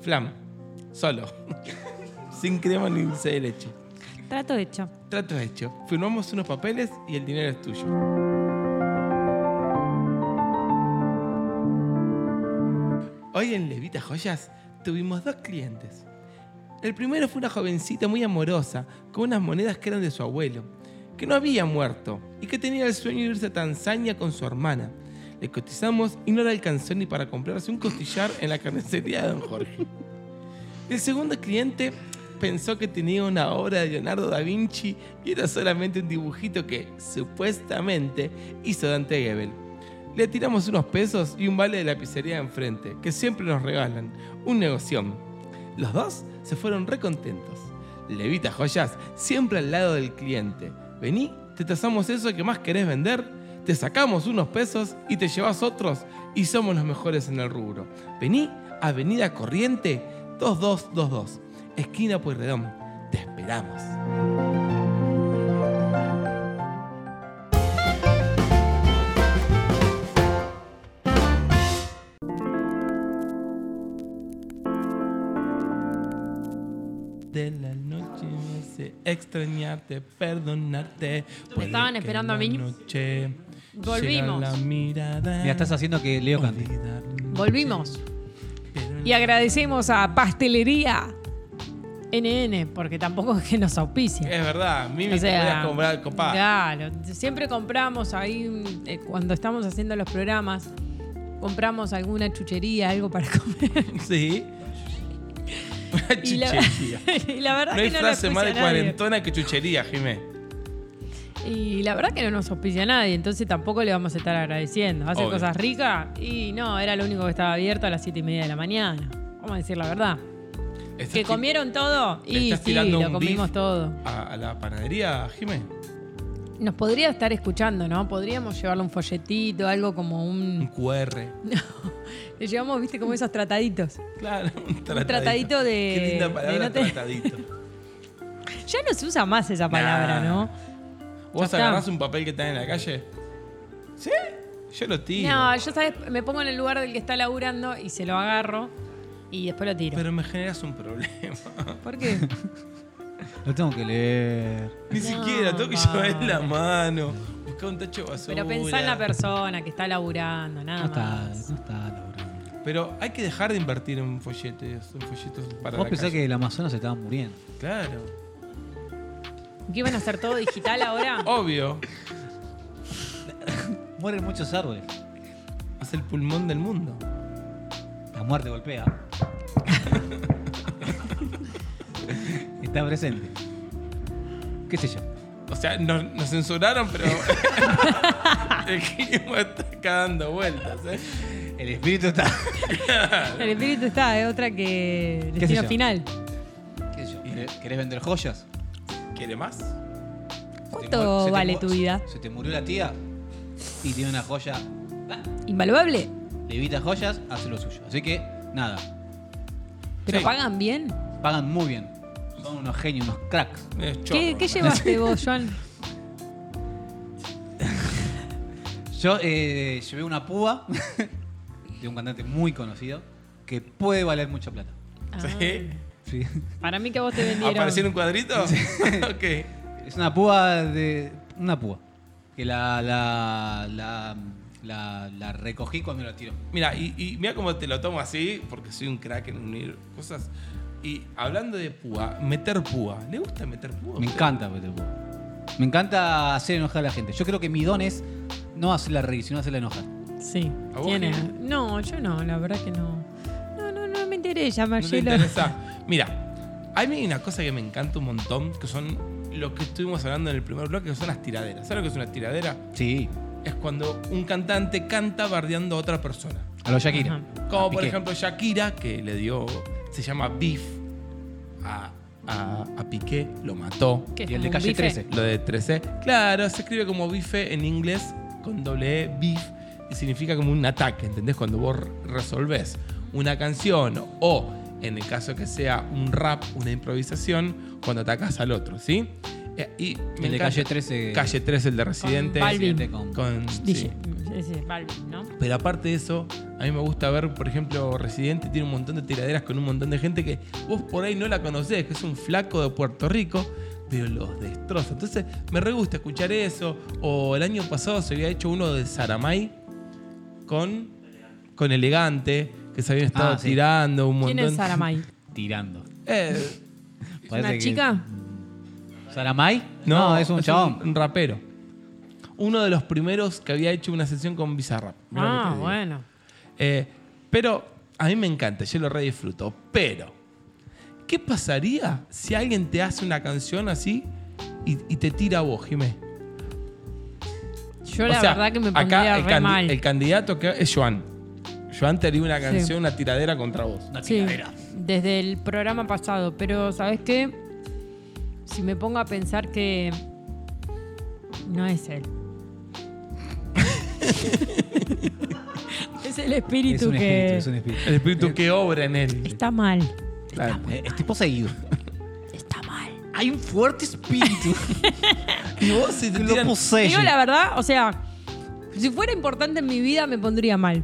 Flam, Solo. Sin crema ni dulce de leche.
Trato hecho.
Trato hecho. Firmamos unos papeles y el dinero es tuyo. Hoy en Levita Joyas tuvimos dos clientes. El primero fue una jovencita muy amorosa, con unas monedas que eran de su abuelo, que no había muerto y que tenía el sueño de irse a Tanzania con su hermana. Le cotizamos y no le alcanzó ni para comprarse un costillar en la carnicería de don Jorge. El segundo cliente pensó que tenía una obra de Leonardo da Vinci y era solamente un dibujito que, supuestamente, hizo Dante Gebel. Le tiramos unos pesos y un vale de la pizzería de enfrente, que siempre nos regalan. Un negoción. Los dos se fueron recontentos. Levita Joyas, siempre al lado del cliente. Vení, te tasamos eso que más querés vender, te sacamos unos pesos y te llevas otros y somos los mejores en el rubro. Vení, Avenida Corriente 2222, esquina Pueyrredón. Te esperamos. De la noche me hace extrañarte, perdonarte. Puede
estaban
que
esperando a
la
mí.
noche
Volvimos.
llega La mirada,
Mira, estás haciendo que Leo cante.
olvidarme.
Volvimos. Y agradecemos a Pastelería NN, porque tampoco es que nos auspicia.
Es verdad, Mimi,
O sea,
te podías comprar copá.
Claro, siempre compramos ahí, mm, eh, cuando estamos haciendo los programas, compramos alguna chuchería, algo para comer.
Sí. Una
Y la,
chuchería.
y la verdad
No hay
que no la
frase más de
auspicia nadie.
cuarentona que chuchería, Jimé.
Y la verdad que no nos auspicia nadie, entonces tampoco le vamos a estar agradeciendo. Hace
Obvio.
cosas ricas y no, era lo único que estaba abierto a las 7 y media de la mañana. Vamos a decir la verdad.
Estás
¿Que
ti-
comieron todo?
le
Y
estás
sí,
tirando
lo
un
comimos
beef
todo.
A, a la panadería, Jimé.
Nos podría estar escuchando, ¿no? Podríamos llevarle un folletito, algo como
Un
un...
QR.
Le llevamos, viste, como esos trataditos.
Claro, un tratadito.
tratadito de-
Qué linda
de
palabra,
no te-
tratadito.
Ya no se usa más esa palabra,
Nah.
¿no?
¿Vos
está.
agarrás un papel que está en la calle? ¿Sí? Yo lo tiro.
No, yo, ¿sabes? Me pongo en el lugar del que está laburando y se lo agarro y después lo tiro.
Pero me generas un problema.
¿Por qué?
Lo tengo que leer.
Ni siquiera, tengo que
va.
llevar en la mano. Buscar un tacho de basura.
Pero pensá en la persona que está laburando,
No
nada
está,
más.
no está laburando.
Pero hay que dejar de invertir en folletes, en folletos para
Vos
la
pensás
calle.
que el Amazonas se estaba muriendo.
Claro.
¿Qué iban a hacer todo digital ahora?
Obvio.
Mueren muchos árboles.
Es el pulmón del mundo.
La muerte golpea. está presente. ¿Qué sé yo?
O sea, nos, nos censuraron, pero. el clima está acá dando vueltas, ¿eh?
El espíritu está.
El espíritu está, es otra que
¿Qué sé
destino
yo?
final.
¿Qué sé yo? ¿Querés- ¿Querés vender joyas?
¿Quiere más?
Se te mu-
¿Cuánto
se te
vale
mu-
tu vida?
Se te murió la tía y tiene una joya.
¿Invaluable?
Levita joyas, hace lo suyo. Así que, nada.
¿Pero
Sí.
pagan bien?
Pagan muy bien. Son unos genios, unos cracks.
Medio chorro.
¿Qué, qué llevaste vos, Joan?
Yo eh, llevé una púa de un cantante muy conocido que puede valer mucha plata.
¿Sí?
Sí.
Para mí que vos te vendieron.
¿Apareció en un cuadrito? ok.
Es una púa de. Una púa. Que la. La. La, la, la recogí cuando la tiró.
Mira, y, y mira cómo te lo tomo así, porque soy un crack en unir cosas. Y hablando de púa, meter púa. ¿Le gusta meter púa?
Me encanta meter púa. Me encanta hacer enojar a la gente. Yo creo que mi don es no hacerla reír, sino hacerla enojar.
Sí.
¿A vos,
Tiene.
Gil?
No, yo no, la verdad que no. No, no, no me interesa,
No te
Marcelo.
interesa. Mira, a mí hay una cosa que me encanta un montón, que son lo que estuvimos hablando en el primer bloque, que son las tiraderas. ¿Sabes lo que es una tiradera?
Sí.
Es cuando un cantante canta bardeando a otra persona.
A los Shakira.
Ajá.
Como por
Piqué.
ejemplo Shakira, que le dio, se llama Beef, a, a, a Piqué, lo mató.
¿Qué es
Y el de
como un
calle
bife?
13.
Lo de 13. Claro, se escribe como bife en inglés con doble E, beef, y significa como un ataque, ¿entendés? Cuando vos resolvés una canción o, en el caso que sea un rap, una improvisación, cuando atacás al otro, ¿sí? Eh, y me
El de
encanta-
calle 13.
Calle 13, el de Residente.
Balvin.
Con,
Con, sí.
Dije, Ese es Balvin, ¿no?
Pero aparte de eso, a mí me gusta ver, por ejemplo, Residente tiene un montón de tiraderas con un montón de gente que vos por ahí no la conocés, que es un flaco de Puerto Rico, pero los destroza. Entonces, me re gusta escuchar eso. O el año pasado se había hecho uno de Saramay con, con Elegante, que se habían estado
Ah, sí.
tirando un montón.
¿Quién es Saramay?
Tirando.
Eh,
Parece que-
chica?
¿Saramay?
no,
es un chabón.
Un rapero. Uno de los primeros que había hecho una sesión con Bizarrap. Mirá lo que te
Ah,
digo.
bueno.
Eh, pero a mí me encanta, yo lo re disfruto. Pero, ¿qué pasaría si alguien te hace una canción así y, y te tira a vos, Jimé?
Yo
O
la
sea,
verdad que me
acá
pondría
el,
re
candi-
mal.
el candidato que es Joan. Joan te haría una canción, una tiradera contra vos.
Una
Sí,
tiradera.
desde el programa pasado. Pero, ¿sabes qué? Si me pongo a pensar que no es él. es el espíritu
Es un
que
espíritu, es un espíritu.
El espíritu que obra en él.
está mal.
Claro.
Eh, Estoy poseído.
Está mal.
Hay un fuerte espíritu
Y vos si te
que lo
tiran-
posee.
Digo la verdad, o sea, si fuera importante en mi vida me pondría mal.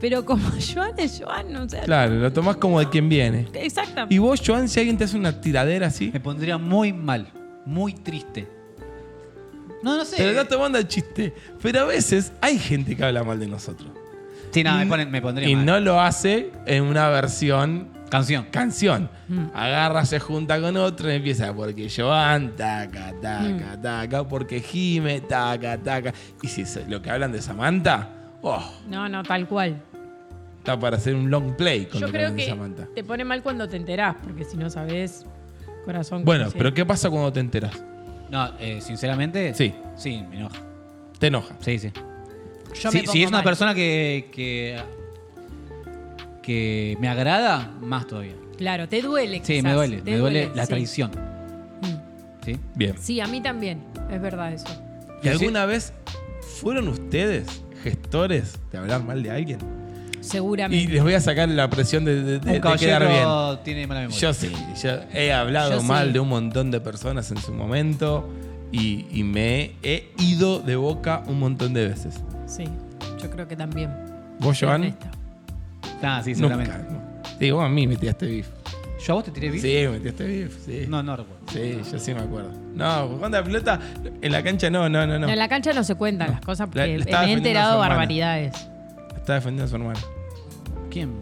Pero como Joan es Joan, o sea,
Claro, lo tomás como de quien viene.
exactamente.
Y vos, Joan, si alguien te hace una tiradera así,
Me pondría muy mal, muy triste. No, no sé.
te lo está tomando el chiste. Pero a veces hay gente que habla mal de nosotros.
Sí, no, me, ponen- me pondría
Mm. Y
mal.
no lo hace en una versión
Canción.
canción.
Mm.
Agarra, se junta con otro y empieza porque Joan, taca, taca,
Mm.
taca, porque Jime, taca, taca. Y si es lo que hablan de Samantha, oh,
No, no, tal cual.
está para hacer un long play con
Yo
lo
creo
hablan de
que
Samantha.
te pone mal cuando te enterás, porque si no sabes, corazón.
Bueno,
conoce.
pero ¿qué pasa cuando te enteras?
No, eh, sinceramente.
Sí.
Sí, me enoja.
Te enoja.
Sí, sí.
Yo
si,
me pongo
si es una
mal.
persona que, que. que me agrada, más todavía.
Claro, te duele.
Sí,
quizás,
me duele.
te
Me duele, Mm. la
sí.
traición. ¿Sí?
Bien.
Sí, a mí también. Es verdad eso.
¿Y alguna vez fueron ustedes gestores de hablar mal de alguien? Y
Seguramente.
les voy a sacar la presión de, de- de-
Un
de quedar bien.
caballero tiene mala memoria.
Yo sí, yo he hablado
Yo sí.
mal de un montón de personas en su momento y, y me he ido de boca un montón de veces.
Sí, yo creo que también.
¿Vos, Joan?
Ernesto.
Ah, sí, seguramente.
Nunca. Sí, vos a mí me tiraste beef.
¿Yo a vos te tiré bien?
Sí, me tiraste beef, sí.
No, no recuerdo.
Sí, yo sí me acuerdo. No, cuando la pelota en la cancha no, no, no, no.
No, en la cancha no se cuentan las cosas
La- la
porque
estaba
me he
defendiendo a
enterado
su hermana.
barbaridades.
Está defendiendo a su hermano.
¿Quién?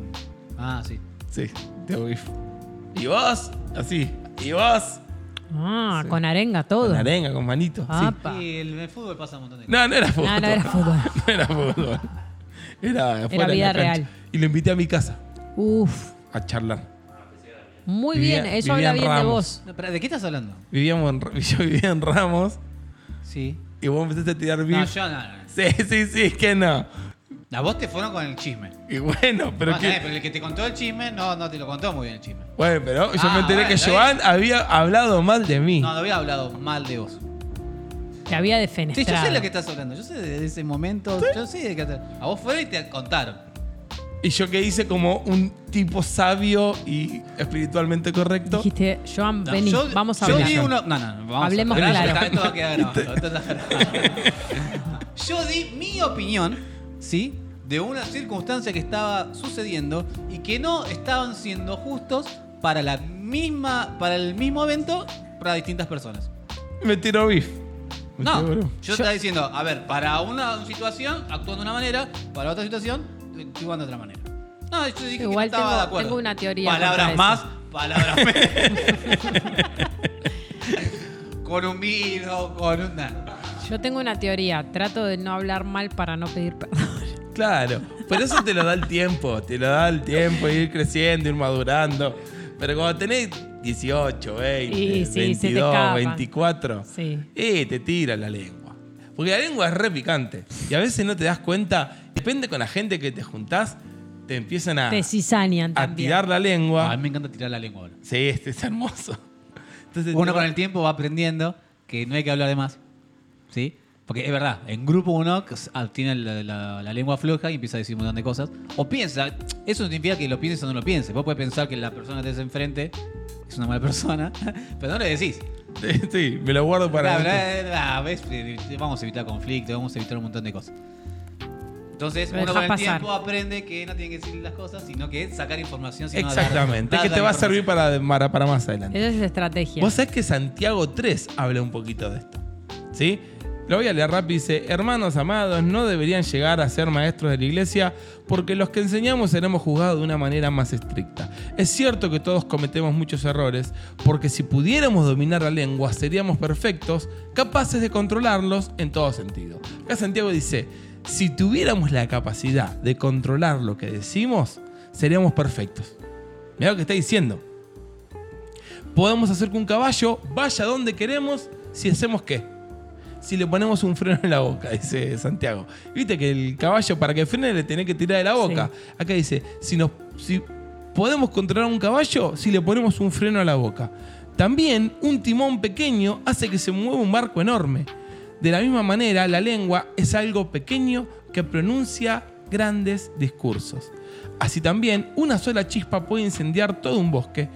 Ah, sí.
Sí, te hago beef. ¿Y vos? Así. ¿Y vos?
Ah,
Sí.
con arenga todo.
Con arenga, con manito. sí.
Apa.
Y el, el fútbol pasa un montón de cosas.
No, no era fútbol.
Ah, No, no era fútbol.
No era fútbol. Era, afuera en
vida
la cancha.
real.
Y lo invité a mi casa
Uf,
a charlar.
muy
Vivía-
bien. Eso
vivía
habla
en
bien de
Ramos.
vos.
No, pero ¿De qué estás hablando?
Vivíamos en- yo vivía en Ramos
Sí.
y vos empezaste a tirar
No,
beef.
yo no, no.
Sí, sí, sí, es que no.
A vos te fueron con el chisme.
Y bueno, pero
Ah, eh,
que.
pero el que te contó el chisme no, no te lo contó muy bien el chisme.
Bueno, pero yo
Ah,
me enteré
bueno,
que
está
Joan había hablado mal de mí.
No, no había hablado mal de vos.
Te había
Sí, yo
defenestrado.
sé lo que estás hablando. Yo sé de ese momento. Yo sé de qué estás- A vos fueron y te contaron.
Y yo que hice como un tipo sabio y espiritualmente correcto.
Dijiste, Joan,
No,
vení,
yo-
vamos a
yo
hablar.
di uno- No, no, no, vamos a-
Hablemos
Pero ya
claro.
está, esto va a quedar grabado, esto está grabado. Yo di mi opinión, ¿sí? De una circunstancia que estaba sucediendo y que no estaban siendo justos para la misma, para el mismo evento para distintas personas.
Me tiró beef. Me
No,
tiró
yo,
bro.
estaba diciendo, a ver, para una situación actúan de una manera, para otra situación actúan de otra manera. No, yo dije
Igual
que no estaba
tengo-
de acuerdo.
tengo una teoría
Palabras
contra
más,
eso.
palabras menos. con un vino, con un... nada.
Yo tengo una teoría. Trato de no hablar mal para no pedir perdón.
Claro, pero eso te lo da el tiempo, te lo da el tiempo, ir creciendo, ir madurando. Pero cuando tenés 18, 20,
Y sí, se te
22,
escapa.
24,
Sí.
eh, te tira la lengua. Porque la lengua es re picante. Y a veces no te das cuenta, depende con la gente que te juntás, te empiezan
Ah.
a,
Te cizañan
a
también.
tirar la
A
lengua.
mí me encanta tirar la lengua ahora.
Sí, este es hermoso. Entonces,
Uno
te-
con el tiempo va aprendiendo que no hay que hablar de más. ¿Sí? Porque es verdad, en grupo uno que s- ah, tiene la, la- la lengua floja y empieza a decir un montón de cosas. O piensa, eso no significa que lo pienses o no lo pienses. Vos puedes pensar que la persona que tenés enfrente es una mala persona, pero no le decís. eh,
Sí, me lo guardo para...
Bla,
mí.
eh, bla, bla, ¿ves? Vamos a evitar conflicto, vamos a evitar un montón de cosas. Entonces,
Lo
uno con
deja
el
pasar.
tiempo aprende que no tiene que decir las cosas, sino que sacar información. sino dar-
Exactamente,
dar
que
la
te va a servir
información.
para, para, para más adelante.
Esa es la estrategia.
Vos sabés que Santiago 3 habla un poquito de esto. ¿Sí? Lo voy a leer rápido. Dice: Hermanos amados, no deberían llegar a ser maestros de la iglesia porque los que enseñamos seremos juzgados de una manera más estricta. Es cierto que todos cometemos muchos errores porque si pudiéramos dominar la lengua seríamos perfectos, capaces de controlarlos en todo sentido. Acá Santiago dice: Si tuviéramos la capacidad de controlar lo que decimos, seríamos perfectos. Mirá lo que está diciendo. Podemos hacer que un caballo vaya donde queremos si hacemos qué. Si le ponemos un freno en la boca, dice Santiago. Viste que el caballo para que frene le tenés que tirar de la boca. Acá dice, si, nos, si podemos controlar un caballo si le ponemos un freno a la boca. También un timón pequeño hace que se mueva un barco enorme. De la misma manera, la lengua es algo pequeño que pronuncia grandes discursos. Así también, una sola chispa puede incendiar todo un bosque.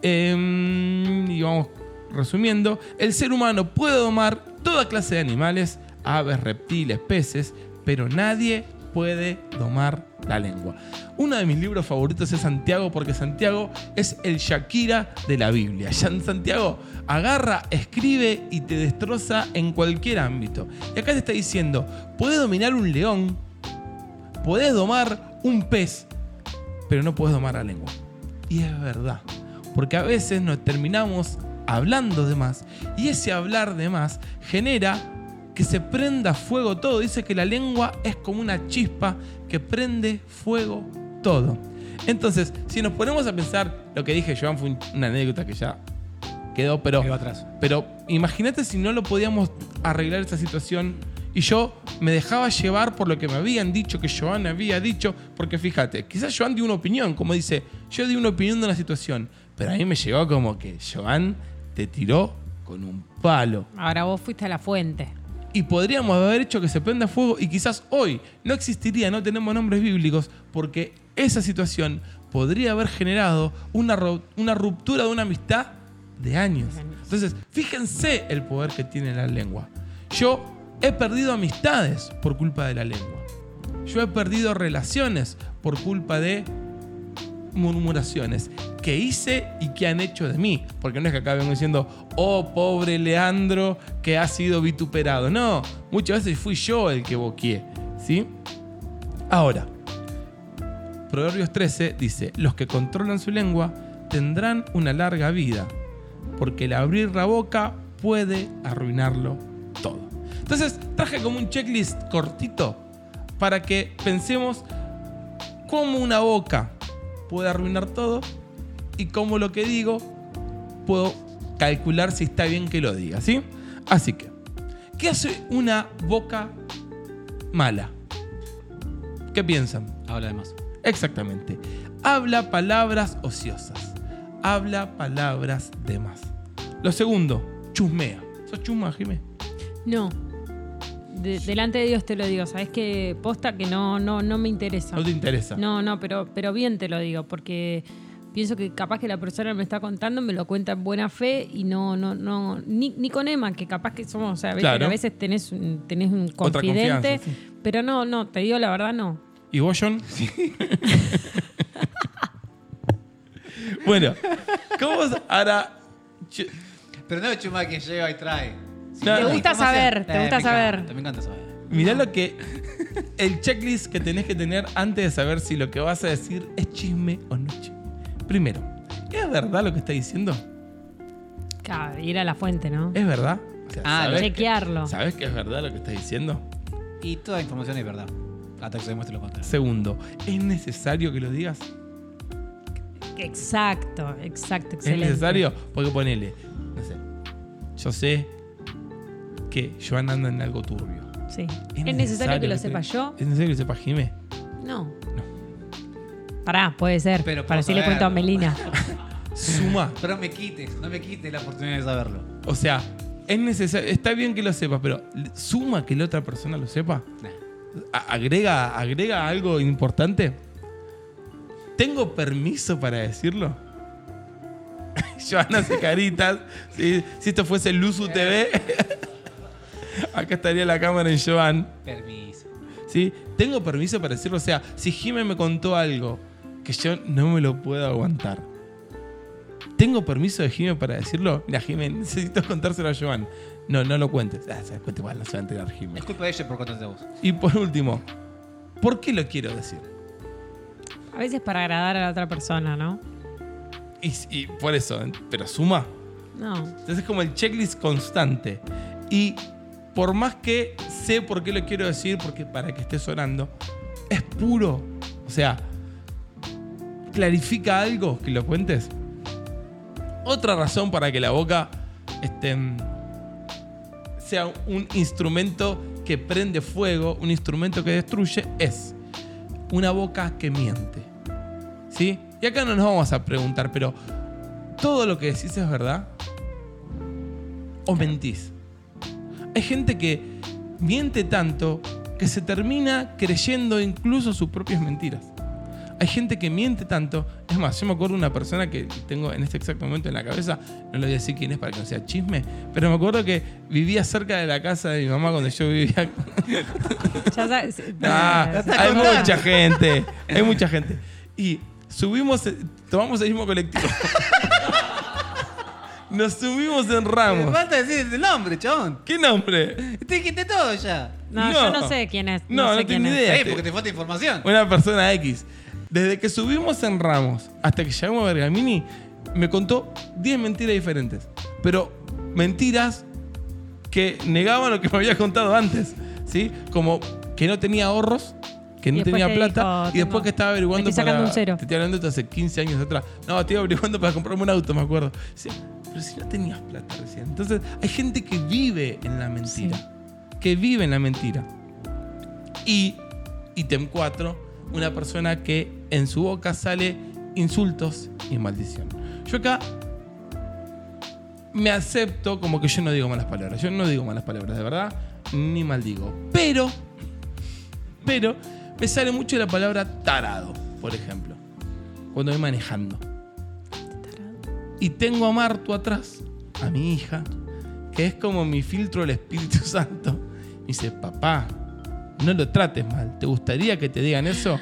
Em, y vamos resumiendo, el ser humano puede domar toda clase de animales, aves, reptiles, peces, pero nadie puede domar la lengua. Uno de mis libros favoritos es Santiago porque Santiago es el Shakira de la Biblia. San- Santiago agarra, escribe y te destroza en cualquier ámbito. Y acá te está diciendo, puedes dominar un león, podés domar un pez, pero no podés domar la lengua. Y es verdad, porque a veces nos terminamos hablando de más y ese hablar de más genera que se prenda fuego todo. Dice que la lengua es como una chispa que prende fuego todo. Entonces, si nos ponemos a pensar, lo que dije, Joan, fue un- una anécdota que ya quedó, pero
Quedó atrás.
pero imagínate si no lo podíamos arreglar esa situación y yo me dejaba llevar por lo que me habían dicho, que Joan había dicho, porque fíjate, quizás Joan dio una opinión, como dice, yo di una opinión de la situación, pero a mí me llegó como que Joan te tiró con un palo.
Ahora vos fuiste a la fuente.
Y podríamos haber hecho que se prenda fuego y quizás hoy no existiría, no tenemos nombres bíblicos, porque esa situación podría haber generado una, ru- una ruptura de una amistad de años. Entonces, fíjense el poder que tiene la lengua. Yo he perdido amistades por culpa de la lengua. Yo he perdido relaciones por culpa de murmuraciones que hice y que han hecho de mí. Porque no es que acá vengo diciendo, oh, pobre Leandro que ha sido vituperado. No, muchas veces fui yo el que boqueé. ¿Sí? Ahora, Proverbios 13 dice, los que controlan su lengua tendrán una larga vida, porque el abrir la boca puede arruinarlo todo. Entonces, traje como un checklist cortito para que pensemos cómo una boca puede arruinar todo y cómo lo que digo puedo calcular si está bien que lo diga, ¿sí? Así que, ¿qué hace una boca mala? ¿Qué piensan?
Habla de más.
Exactamente. Habla palabras ociosas. Habla palabras de más. Lo segundo, chusmea. ¿Sos chusma, Jimé?
No. De- delante de Dios te lo digo. Sabes que posta que no, no, no me interesa.
No te interesa.
No, no, pero, pero bien te lo digo, porque pienso que capaz que la persona me está contando, me lo cuenta en buena fe y no, no, no, ni, ni con Emma, que capaz que somos, o sea, a veces,
Claro.
a veces tenés, un, tenés un
Otra
confidente,
confianza,
pero no, no, te digo la verdad, no.
¿Y vos, John? bueno, ¿cómo es ahora? Ch-
Pero no es Chumá que llega y trae. Si
Claro.
no,
Te
gusta
información. Eh,
saber, te
me
gusta
encanta,
saber.
Me encanta saber.
Mirá lo que. El checklist que tenés que tener antes de saber si lo que vas a decir es chisme o no chisme. Primero, ¿es verdad lo que está diciendo?
Claro, ir a la fuente, ¿no?
¿Es verdad? O sea,
Ah,
¿sabés que-
Chequearlo.
¿Sabés que es verdad lo que estás diciendo?
Y toda información es verdad. Hasta que se demuestre lo contrario.
Segundo, ¿es necesario que lo digas?
Exacto, exacto,
¿Es
excelente.
necesario? Porque ponele, no sé, yo sé que Joan anda en algo turbio.
Sí. ¿Es, necesario que lo sepa
te-
yo?
¿Es necesario que lo sepa Jimé?
No. Pará, puede ser.
Pero puedo
para si le
saberlo.
cuento a Melina.
Suma.
Pero no me quites, no me quites la oportunidad de saberlo.
O sea, es necesario, está bien que lo sepas, pero ¿suma que la otra persona lo sepa?
Nah.
A- ¿Agrega, agrega algo importante? ¿Tengo permiso para decirlo? Joana hace caritas. si, si esto fuese Luzu TV, acá estaría la cámara en Joan.
Permiso.
¿sí? Tengo permiso para decirlo. O sea, si Jimé me contó algo que yo no me lo puedo aguantar. ¿Tengo permiso de Jimé para decirlo? Mira, Jimé, necesito contárselo a Joan. No, no lo cuentes. Ah, se cuenta igual, no se va a enterar Jimé.
Es culpa de ella por contarte a vos.
Y por último, ¿por qué lo quiero decir?
A veces para agradar a la otra persona, ¿no?
Y, y por eso, ¿eh? pero suma.
No.
Entonces es como el checklist constante. Y por más que sé por qué lo quiero decir, porque para que esté sonando, es puro. O sea, clarifica algo que lo cuentes. Otra razón para que la boca este, sea un instrumento que prende fuego, un instrumento que destruye, es una boca que miente. ¿Sí? Y acá no nos vamos a preguntar, pero ¿todo lo que decís es verdad? ¿O mentís? Hay gente que miente tanto que se termina creyendo incluso sus propias mentiras. Hay gente que miente tanto. Es más, yo me acuerdo de una persona que tengo en este exacto momento en la cabeza, no le voy a decir quién es para que no sea chisme, pero me acuerdo que vivía cerca de la casa de mi mamá cuando yo vivía.
Ya sabes. eh,
Ah,
eh,
hay mucha gente, hay mucha gente. Y subimos, eh, tomamos el mismo colectivo. Nos subimos en
Me
Ramos.
falta decir el nombre, chabón.
¿Qué nombre?
Te dijiste todo ya.
No, yo no sé quién es.
No, no,
sé quién
tengo ni
es.
idea.
Eh, porque te falta información.
Una persona X. Desde que subimos en Ramos hasta que llegamos a Bergamini, me contó 10 mentiras diferentes. Pero mentiras que negaban lo que me había contado antes. ¿Sí? Como que no tenía ahorros, que
Y
no
después
tenía
te
plata.
dijo,
y después
tengo-
que estaba averiguando.
me estoy sacando
para-
un cero.
Te estoy hablando de hace 15 años atrás. No, estoy averiguando para comprarme un auto, me acuerdo. Decía, pero si no tenías plata recién. Entonces, hay gente que vive en la mentira. Que vive en la mentira. Y, ítem 4, una persona que en su boca sale insultos y maldición. Yo acá me acepto como que yo no digo malas palabras. Yo no digo malas palabras, de verdad, ni maldigo. Pero, pero, me sale mucho la palabra tarado, por ejemplo, cuando voy manejando. Y tengo a Martu atrás, a mi hija, que es como mi filtro del Espíritu Santo. Me dice, papá, no lo trates mal. ¿Te gustaría que te digan eso?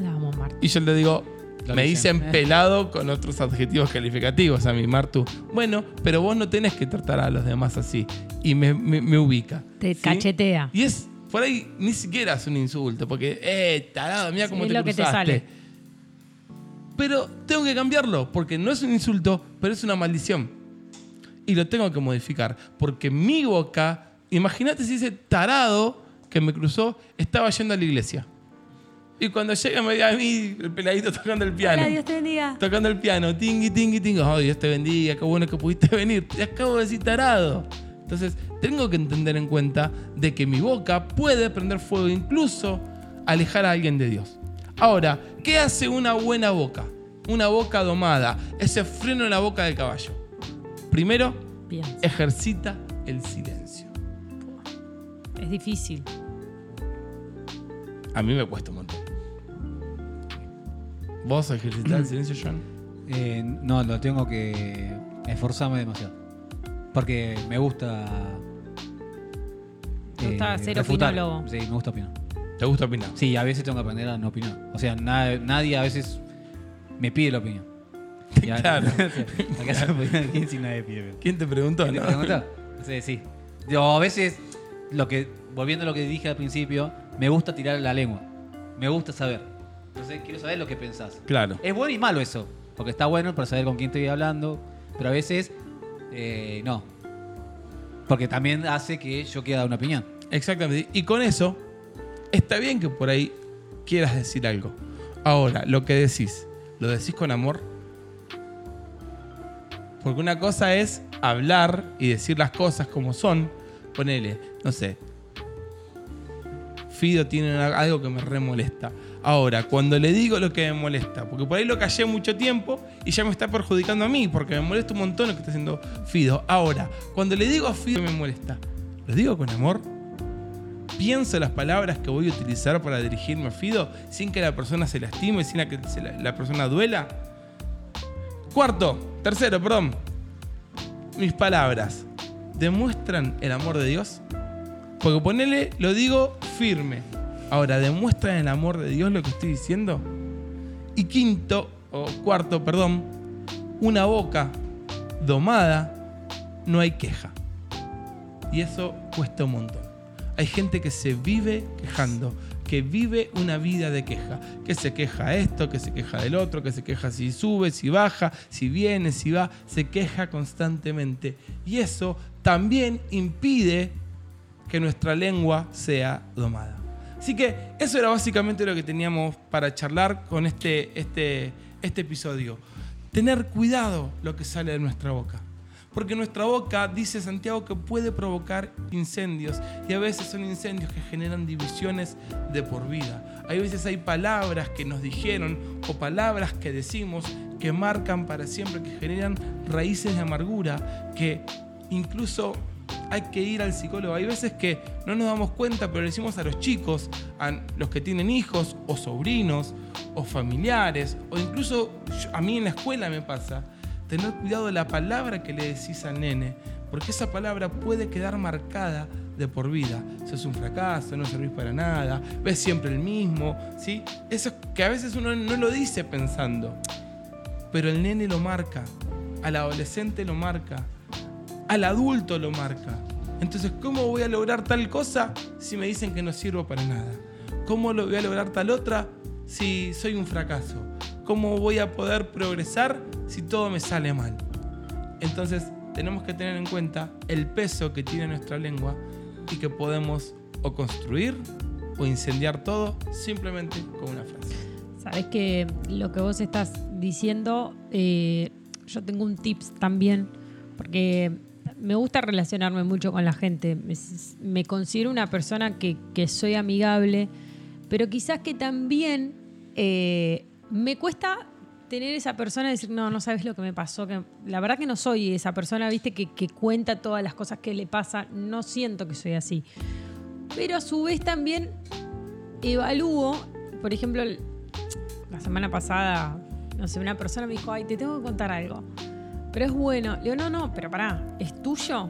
La amo, Marta.
Y yo le digo,
Lo
me
dicen.
dicen pelado con otros adjetivos calificativos a mi Martu. Bueno, pero vos no tenés que tratar a los demás así. Y me, me- me ubica.
Te
¿sí?
cachetea.
Y es, por ahí ni siquiera es un insulto, porque, eh, tarado, mira cómo
Sí,
te
lo que te
cruzaste".
sale.
Pero tengo que cambiarlo, porque no es un insulto, pero es una maldición. Y lo tengo que modificar, porque mi boca, imagínate si ese tarado que me cruzó estaba yendo a la iglesia. Y cuando llega me ve a mí el peladito tocando el piano.
Hola, Dios te bendiga.
Tocando el piano, tingui, tingui, tingui. Ay, Dios te bendiga, qué bueno que pudiste venir. Te acabo de decir tarado. Entonces, tengo que entender en cuenta de que mi boca puede prender fuego, incluso alejar a alguien de Dios. Ahora, ¿qué hace una buena boca? Una boca domada, ese freno en la boca del caballo. Primero,
Bien.
ejercita el silencio.
Es difícil.
A mí me cuesta un montón. ¿Vos ejercitar el silencio, John?
Eh, no, lo tengo que esforzarme demasiado. Porque me gusta. eh,
Te gusta ser
refutar.
opinólogo.
Sí, me gusta opinar.
¿Te gusta opinar?
Sí, a veces tengo que aprender a no opinar. O sea, na- nadie a veces me pide la opinión. Ya-
Claro.
Acá se puede decir, ¿quién si nadie pide? opinión?
¿Quién te preguntó?
¿Te
no?
preguntó? Sí, sí. Digo, a veces, lo que, volviendo a lo que dije al principio, me gusta tirar la lengua. Me gusta saber. Entonces quiero saber lo que pensás.
Claro.
Es bueno y malo eso. Porque está bueno para saber con quién estoy hablando. Pero a veces, eh, no. Porque también hace que yo quiera dar una opinión.
Exactamente. Y con eso, está bien que por ahí quieras decir algo. Ahora, lo que decís, ¿lo decís con amor? Porque una cosa es hablar y decir las cosas como son. Ponele, no sé. Fido tiene una- algo que me remolesta. Ahora, cuando le digo lo que me molesta, porque por ahí lo callé mucho tiempo y ya me está perjudicando a mí, porque me molesta un montón lo que está haciendo Fido. Ahora, cuando le digo a Fido que me molesta, ¿lo digo con amor? pienso las palabras que voy a utilizar para dirigirme a Fido sin que la persona se lastime, sin que se la, la persona duela. Cuarto, tercero, perdón. Mis palabras demuestran el amor de Dios. Porque ponele, lo digo firme. Ahora, ¿demuestran el amor de Dios lo que estoy diciendo? Y quinto, o cuarto, perdón, una boca domada, no hay queja. Y eso cuesta un montón. Hay gente que se vive quejando, que vive una vida de queja, que se queja esto, que se queja del otro, que se queja si sube, si baja, si viene, si va, se queja constantemente. Y eso también impide que nuestra lengua sea domada. Así que eso era básicamente lo que teníamos para charlar con este, este, este episodio. Tener cuidado lo que sale de nuestra boca. Porque nuestra boca, dice Santiago, que puede provocar incendios. Y a veces son incendios que generan divisiones de por vida. Hay veces hay palabras que nos dijeron o palabras que decimos que marcan para siempre, que generan raíces de amargura, que incluso hay que ir al psicólogo. Hay veces que no nos damos cuenta, pero le decimos a los chicos, a los que tienen hijos o sobrinos o familiares, o incluso yo- a mí en la escuela me pasa, tener cuidado de la palabra que le decís al nene, porque esa palabra puede quedar marcada de por vida. Sos un fracaso, no servís para nada, ves siempre el mismo, ¿sí? Eso es que a veces uno no lo dice pensando, pero el nene lo marca, al adolescente lo marca, al adulto lo marca. Entonces, ¿cómo voy a lograr tal cosa si me dicen que no sirvo para nada? ¿Cómo lo voy a lograr tal otra si soy un fracaso? ¿Cómo voy a poder progresar si todo me sale mal? Entonces, tenemos que tener en cuenta el peso que tiene nuestra lengua y que podemos o construir o incendiar todo simplemente con una frase.
Sabes que lo que vos estás diciendo, eh, yo tengo un tips también, porque me gusta relacionarme mucho con la gente. Me, s- me considero una persona que, que soy amigable, pero quizás que también eh, me cuesta tener esa persona y decir, no, no sabes lo que me pasó. Que la verdad que no soy esa persona, viste, que, que cuenta todas las cosas que le pasa. No siento que soy así. Pero a su vez también evalúo, por ejemplo, el- la semana pasada, no sé, una persona me dijo, ay, te tengo que contar algo. Pero es bueno. Le digo, no, no, pero pará, ¿es tuyo?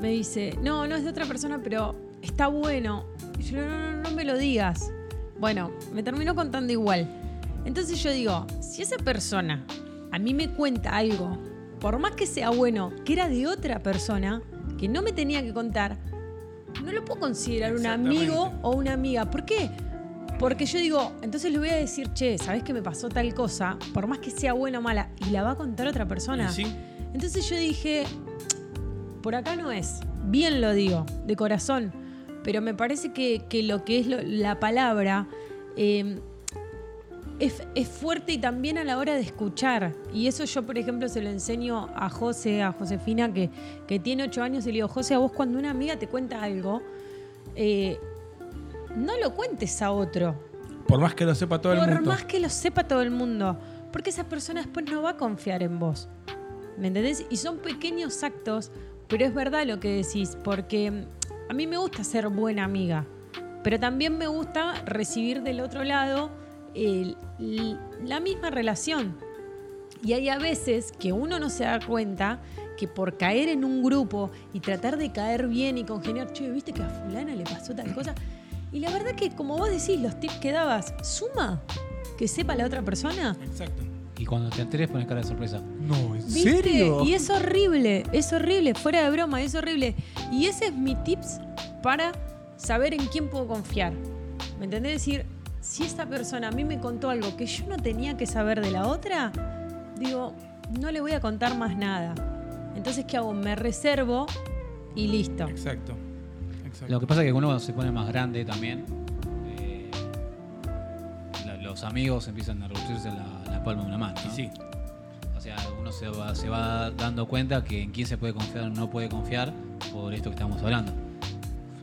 Me dice, no, no es de otra persona, pero está bueno. Y yo le digo, no, no, no me lo digas. Bueno, me terminó contando igual. Entonces yo digo, si esa persona a mí me cuenta algo, por más que sea bueno, que era de otra persona, que no me tenía que contar, no lo puedo considerar un amigo
Exactamente.
o una amiga. ¿Por qué? Porque yo digo, entonces le voy a decir, che, ¿sabes que me pasó tal cosa? Por más que sea buena o mala, y la va a contar otra persona.
Y sí,
Entonces yo dije, por acá no es. Bien lo digo, de corazón. Pero me parece que, que lo que es lo- la palabra eh, es, es fuerte y también a la hora de escuchar. Y eso yo, por ejemplo, se lo enseño a José, a Josefina, que, que tiene ocho años, y le digo, José, a vos cuando una amiga te cuenta algo, eh, no lo cuentes a otro.
por más que lo sepa todo
Por
el mundo.
más que lo sepa todo el mundo, porque esa persona después no va a confiar en vos. ¿Me entendés? Y son pequeños actos, pero es verdad lo que decís, porque mm, a mí me gusta ser buena amiga, pero también me gusta recibir del otro lado el- l- la misma relación. Y hay a veces que uno no se da cuenta que por caer en un grupo y tratar de caer bien y congeniar, che, viste que a fulana le pasó tal cosa. Y la verdad que, como vos decís, los tips que dabas, suma que sepa la otra persona.
Exacto.
Y cuando te enteres pones cara de sorpresa.
No, es
¿Viste? Y es horrible, es horrible, fuera de broma, es horrible. Y ese es mi tips para saber en quién puedo confiar. ¿Me entendés? Decir, si esta persona a mí me contó algo que yo no tenía que saber de la otra, digo, no le voy a contar más nada. Entonces, ¿qué hago? Me reservo y listo.
Exacto. Exacto.
Lo que pasa es que uno cuando se pone más grande también, eh, lo- los amigos empiezan a reducirse en la, la palma de una mano.
Y
¿no?
sí.
O sea, uno se va, se va dando cuenta que en quién se puede confiar o no puede confiar por esto que estamos hablando.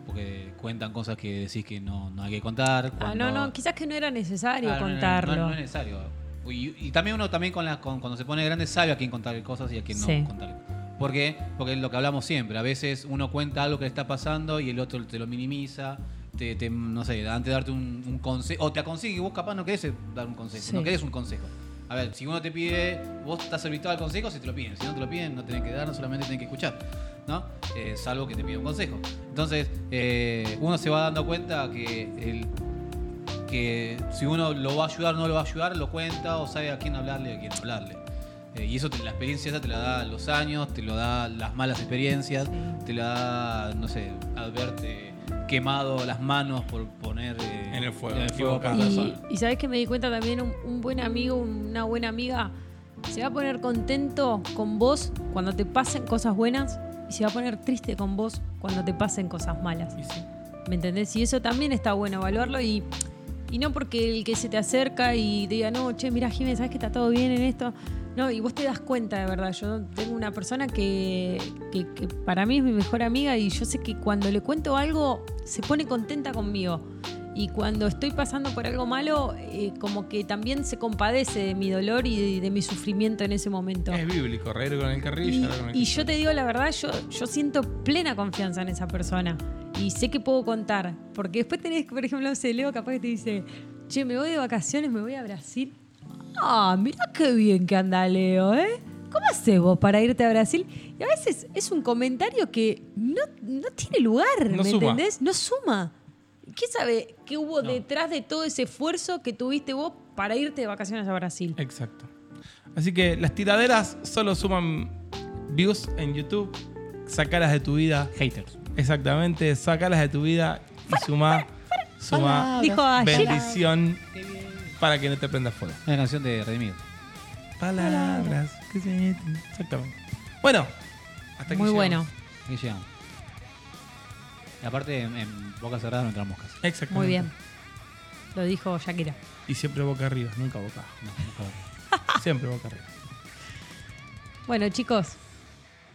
Porque cuentan cosas que decís que no, no hay que contar.
Ah,
cuando-
no, no, quizás que no era necesario
Claro, no, no, no,
contarlo.
No, no es necesario. Y, y también uno también con la- con- cuando se pone grande sabe a quién contarle cosas y a quién no
Sí.
contarle. ¿Por qué? Porque es lo que hablamos siempre. A veces uno cuenta algo que le está pasando y el otro te lo minimiza. Te, te- no sé, antes de darte un, consejo, o te aconseja y vos capaz no querés dar un consejo,
Sí.
no querés un consejo. A ver, si uno te pide, vos estás invitado al consejo si te lo piden. Si no te lo piden, no tenés que dar, no solamente tenés que escuchar, ¿no? Eh, salvo que te pida un consejo. Entonces, eh, uno se va dando cuenta que el que si uno lo va a ayudar o no lo va a ayudar, lo cuenta o sabe a quién hablarle y a quién no hablarle. Eh, y eso te- la experiencia esa te la da los años, te lo da las malas experiencias, te la da, no sé, al verte quemado las manos por poner eh,
En el fuego.
en el fuego a cada
Y-
persona.
Y, sabes que me di cuenta también, un, un buen amigo, una buena amiga, se va a poner contento con vos cuando te pasen cosas buenas y se va a poner triste con vos cuando te pasen cosas malas.
Y sí.
¿Me entendés? Y eso también está bueno evaluarlo y, y no porque el que se te acerca y te diga, no, che, mira, Jiménez, ¿sabes que está todo bien en esto? No, y vos te das cuenta de verdad. Yo tengo una persona que, que- que para mí es mi mejor amiga y yo sé que cuando le cuento algo se pone contenta conmigo. Y cuando estoy pasando por algo malo, eh, como que también se compadece de mi dolor y de, de mi sufrimiento en ese momento.
Es bíblico, reír con el carrillo.
Y,
llorar con el
y
que
yo te
llora.
digo la verdad, yo, yo siento plena confianza en esa persona. Y sé que puedo contar. Porque después tenés, por ejemplo, no sé, Leo capaz que te dice, che, me voy de vacaciones, me voy a Brasil. Ah, mira qué bien que anda Leo, ¿eh? ¿Cómo haces vos para irte a Brasil? Y a veces es un comentario que no, no tiene lugar,
No
¿me
suma.
entendés? No suma. ¿Qué sabe qué hubo detrás de todo ese esfuerzo que tuviste vos para irte de vacaciones a Brasil?
Exacto. Así que las tiraderas solo suman views en YouTube. Sacalas de tu vida.
Haters.
Exactamente, sacalas de tu vida y suma, suma
Dijo ayer.
bendición para que no te prendas fuego.
Una canción de Redimido.
Palabras que se meten. Exactamente. Bueno, hasta aquí
Muy
llegamos.
bueno,
Aquí llegamos. Y aparte, en, en boca cerrada no entran moscas.
Exactamente.
muy bien. Lo dijo Shakira.
Y siempre boca arriba, nunca boca abajo.
No, nunca va.
Ah.
Siempre boca arriba.
Bueno, chicos,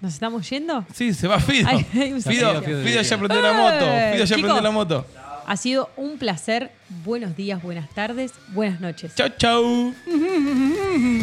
¿nos estamos yendo?
Sí, se va Fido.
Ay, ay,
Fido,
un
Fido,
saludo. Fido
ya aprendió la moto.
Eh,
Fido ya aprendió
chicos.
la moto.
Ha sido un placer. Buenos días, buenas tardes, buenas noches.
Chau, chau.